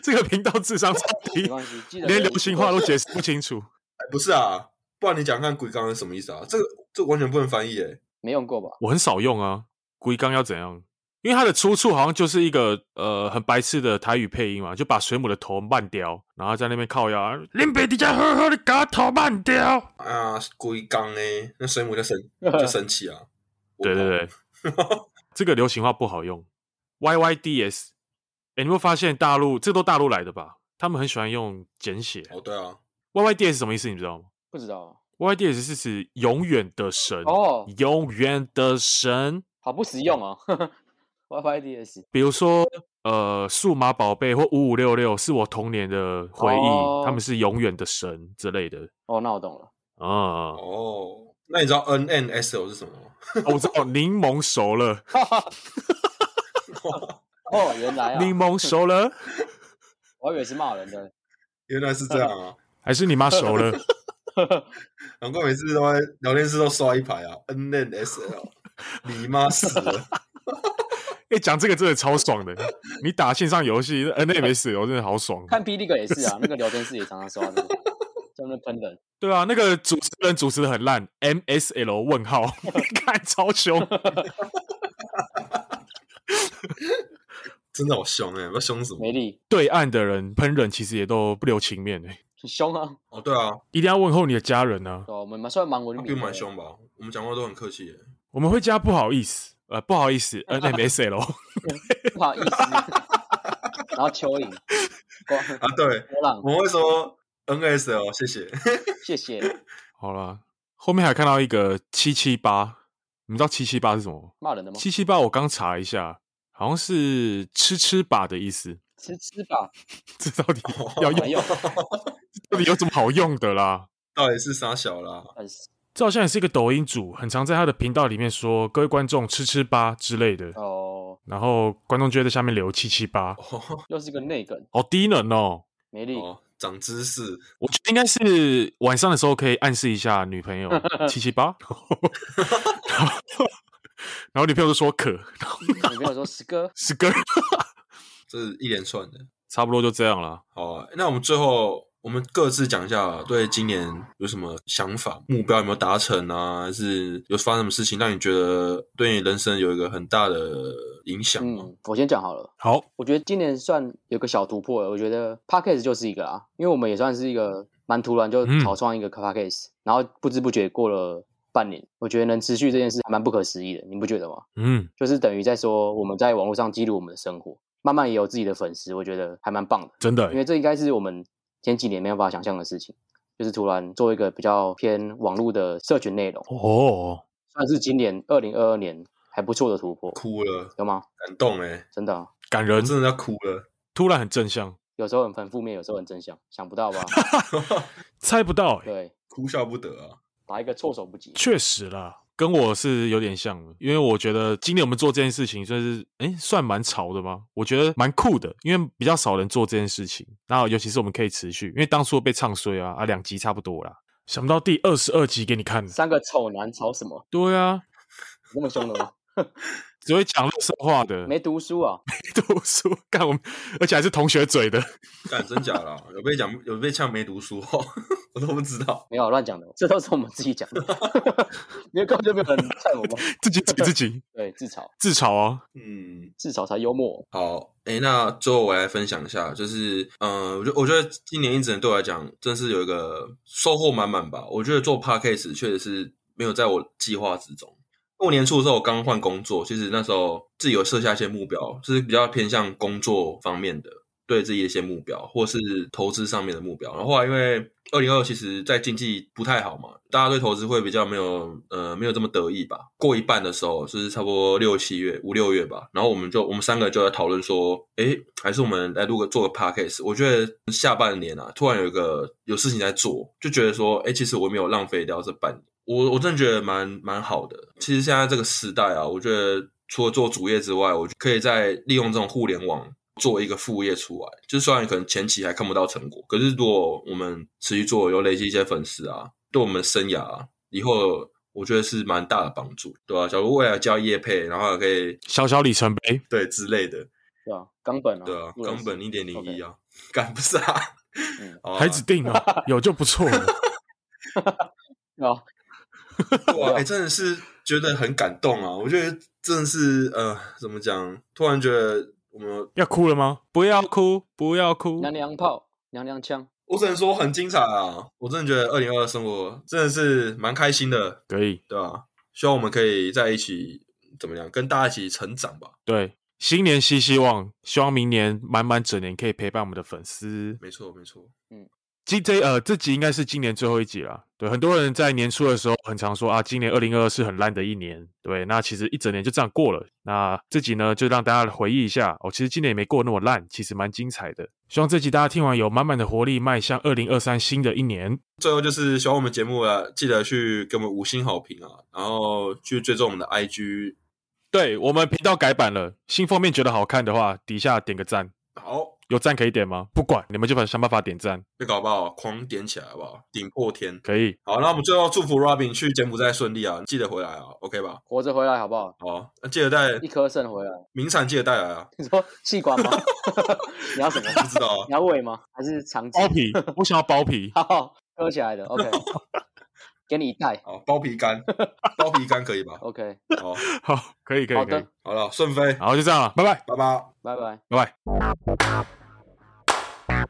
Speaker 2: 这个频道智商超
Speaker 3: 没
Speaker 2: 低，
Speaker 3: 关系，记得
Speaker 2: 连
Speaker 3: 留
Speaker 2: 流行话都解释不清楚。
Speaker 1: 哎不是啊，不然你讲看“鬼刚”是什么意思啊？这个这个完全不能翻译欸诶。
Speaker 3: 没用过吧？
Speaker 2: 我很少用啊，龟缸要怎样？因为它的出处好像就是一个呃很白痴的台语配音嘛，就把水母的头慢掉，然后在那边靠腰啊，林北底下呵呵的搞头慢掉。
Speaker 1: 啊，龟缸诶，那水母 就生就生气啊。
Speaker 2: 对对 对，这个流行话不好用。Y Y D S，哎、你会发现大陆这都大陆来的吧？他们很喜欢用简写。
Speaker 1: 哦对啊，
Speaker 2: Y Y D S 什么意思？你知道吗
Speaker 3: 不知道啊
Speaker 2: ？Y Y D S 是指永远的神，
Speaker 3: 哦，
Speaker 2: 永远的神。
Speaker 3: 好不实用哦。YYDS
Speaker 2: 比如说，呃，数码宝贝或五五六六是我童年的回忆，
Speaker 3: 哦
Speaker 2: 他们是永远的神之类的
Speaker 3: 哦，那我懂了。
Speaker 2: 啊。
Speaker 1: 哦，那你知道 N N S O 是什么吗？
Speaker 2: 我知道柠檬熟 了，
Speaker 3: 哦，原来啊，
Speaker 2: 柠檬熟了，
Speaker 3: 我还以为是骂人的。
Speaker 1: 原来是这样啊，
Speaker 2: 还是你妈熟了？
Speaker 1: 难怪每次都在聊天室都刷一排啊，N N S L，你妈死了！
Speaker 2: 哎、讲这个真的超爽的。你打线上游戏呃 NMS，我真的好爽。
Speaker 3: 看 P 那个也是啊，那个聊天室也常常刷的，专门喷人。
Speaker 2: 对啊，那个主持人主持的很烂，MSL 问号，看超凶。
Speaker 1: 真的好凶哎、欸，不知道凶什么
Speaker 3: 没。力，
Speaker 2: 对岸的人喷人其实也都不留情面诶、欸
Speaker 3: 很凶啊。
Speaker 1: 哦，对啊，
Speaker 2: 一定要问候你的家人啊。
Speaker 3: 对啊，我们蛮算蛮文
Speaker 1: 他
Speaker 3: 明，
Speaker 1: 比我们还。凶吧？我们讲话都很客气、欸。
Speaker 2: 我们会加不好意思，呃，不好意思，NMSL，
Speaker 3: 不好意思。 然后蚯蚓，波
Speaker 1: 啊，对，
Speaker 3: 波浪
Speaker 1: 我，们会说 NSL，谢谢。
Speaker 3: 谢谢。
Speaker 2: 好啦，后面还看到一个七七八，你们知道七七八是什么吗？
Speaker 3: 骂人的吗？
Speaker 2: 七七八我刚查一下，好像是吃吃吧的意思。
Speaker 3: 吃吃吧，哦
Speaker 2: 这到底
Speaker 1: 哦
Speaker 2: 要 用
Speaker 3: 没有，
Speaker 2: 到底有什么好用的啦？
Speaker 1: 到底是傻小啦？
Speaker 3: 但是
Speaker 2: 这好像也是一个抖音主，很常在他的频道里面说“各位观众吃吃吧”之类的，
Speaker 3: 哦，
Speaker 2: 然后观众就会在下面留七七八，
Speaker 1: 哦，
Speaker 3: 又是一个内梗，
Speaker 2: 好低能哦！
Speaker 3: 没力。
Speaker 1: 哦长知识，
Speaker 2: 我觉得应该是晚上的时候可以暗示一下女 朋友七七八，然后然后女朋友就说 渴，然后
Speaker 3: 女朋友说 十哥，
Speaker 2: 是个
Speaker 1: 这是一连串的。
Speaker 2: 差不多就这样了。
Speaker 1: 好啊，那我们最后我们各自讲一下啊对今年有什么想法，目标有没有达成啊？还是有发生什么事情让你觉得对你人生有一个很大的影响吗？
Speaker 3: 嗯，我先讲好了。
Speaker 2: 好，
Speaker 3: 我觉得今年算有个小突破了。我觉得 podcast 就是一个啊，因为我们也算是一个蛮突然就
Speaker 2: 嗯
Speaker 3: 草创一个 podcast，、然后不知不觉过了半年，我觉得能持续这件事还蛮不可思议的，你不觉得吗？
Speaker 2: 嗯，
Speaker 3: 就是等于在说我们在网络上记录我们的生活，慢慢也有自己的粉丝，我觉得还蛮棒的。
Speaker 2: 真的
Speaker 3: 因为
Speaker 2: 欸，
Speaker 3: 这应该是我们前几年没有办法想象的事情，就是突然做一个比较偏网络的社群内容，
Speaker 2: 哦，
Speaker 3: 算是今年二零二二年还不错的突破，
Speaker 1: 哭了，
Speaker 3: 有吗？
Speaker 1: 感动哎、
Speaker 3: 真的啊、
Speaker 2: 感人
Speaker 1: 我，真的要哭了。
Speaker 2: 突然很正向，
Speaker 3: 有时候很很负面，有时候很正向，想不到吧？
Speaker 2: 猜不到、欸，
Speaker 3: 对，
Speaker 1: 哭笑不得啊！
Speaker 3: 打一个措手不及。
Speaker 2: 确实啦，跟我是有点像的，因为我觉得今年我们做这件事情算是，诶，算蛮潮的吗？我觉得蛮酷的，因为比较少人做这件事情，然后尤其是我们可以持续，因为当初被唱衰啊，啊，两集差不多啦，想不到第二十二集给你看，
Speaker 3: 三个丑男吵什么？
Speaker 2: 对啊，
Speaker 3: 那么凶的吗？
Speaker 2: 只会讲乐色话的，
Speaker 3: 没读书啊？
Speaker 2: 读书，干我们，而且还是同学嘴的，
Speaker 1: 干真假啦？ 有被讲有被呛没读书哦， 我都不知道。
Speaker 3: 没有乱讲的，这都是我们自己讲的， 因为根本就没有人看 我们。
Speaker 2: 自己嘴自己
Speaker 3: 对，自嘲，
Speaker 2: 自嘲啊，
Speaker 1: 嗯，
Speaker 3: 自嘲才幽默。
Speaker 1: 好，诶，那最后我来分享一下，就是，嗯、呃，我觉我觉得今年一整年对我来讲，真是有一个收获满满吧。我觉得做 podcast 确实是没有在我计划之中。过年初的时候，我刚换工作，其实那时候自己有设下一些目标，就是比较偏向工作方面的，对自己的一些目标，或是投资上面的目标。然后后来因为二零二其实在经济不太好嘛，大家对投资会比较没有呃没有这么得意吧。过一半的时候，就是差不多六七月五六月吧，然后我们就我们三个就在讨论说，诶，还是我们来录个做个 podcast。我觉得下半年啊，突然有一个有事情在做，就觉得说，诶，其实我没有浪费掉这半年。我我真的觉得蛮蛮好的。其实现在这个时代啊，我觉得除了做主业之外，我可以在利用这种互联网做一个副业出来。就是虽然可能前期还看不到成果，可是如果我们持续做，有累积一些粉丝啊，对我们生涯、啊、以后。我觉得是蛮大的帮助，对啊，假如未来交业配，然后还可以
Speaker 2: 小小里程碑，
Speaker 1: 对之类的，
Speaker 3: 对啊，冈本啊，
Speaker 1: 对啊，
Speaker 3: 路人
Speaker 1: 冈本一点零
Speaker 3: OK
Speaker 1: 一啊， 干不是啊，
Speaker 3: 嗯
Speaker 1: 好啊
Speaker 2: 还指定哦，有就不错 了，
Speaker 3: 对啊，
Speaker 1: 哇，哎、真的是觉得很感动啊！我觉得真的是呃，怎么讲？突然觉得我们，
Speaker 2: 要哭了吗？不要哭，不要哭
Speaker 3: 娘，娘炮，娘娘腔，
Speaker 1: 我只能说很精彩啊！我真的觉得二零二二生活真的是蛮开心的，
Speaker 2: 可以。
Speaker 1: 对吧、希望我们可以在一起怎么样，跟大家一起成长吧。
Speaker 2: 对，新年新希望，希望明年满满整年可以陪伴我们的粉丝。
Speaker 1: 没错，没错，
Speaker 2: 今这呃，这集应该是今年最后一集啦。对，很多人在年初的时候很常说啊，今年二零二二是很烂的一年。对，那其实一整年就这样过了。那这集呢，就让大家回忆一下哦，其实今年也没过那么烂，其实蛮精彩的。希望这集大家听完有满满的活力，迈向二零二三新的一年。
Speaker 1: 最后就是喜欢我们节目啊，记得去给我们五星好评啊，然后去追踪我们的 IG。
Speaker 2: 对我们频道改版了，新封面觉得好看的话，底下点个赞，
Speaker 1: 好，
Speaker 2: 有赞可以点吗？不管你们就把想办法点赞，
Speaker 1: 被搞不好狂点起来好不好？顶破天！
Speaker 2: 可以。
Speaker 1: 好，那我们最后祝福 Robin 去柬埔寨顺利啊，记得回来啊，OK 吧？
Speaker 3: 活着回来好不好？
Speaker 1: 好，那记得带
Speaker 3: 一颗肾回来，
Speaker 1: 名产，记得带来啊。
Speaker 3: 你说器官吗？ 你要什么？
Speaker 1: 不知道哦啊
Speaker 3: 你，要胃吗？还是肠子？
Speaker 2: 包皮，我想要包皮。
Speaker 3: 好，割起来的，OK，给你一袋
Speaker 1: 好，包皮干，包皮干可以吧？
Speaker 3: ，OK，
Speaker 1: 好，
Speaker 2: 好，可以，可以，
Speaker 3: 好
Speaker 2: 可
Speaker 3: 的
Speaker 2: 以。
Speaker 1: 好了，顺飞，
Speaker 2: 好，就这样了，拜拜。
Speaker 1: 拜拜。
Speaker 3: 拜拜。
Speaker 2: 拜拜。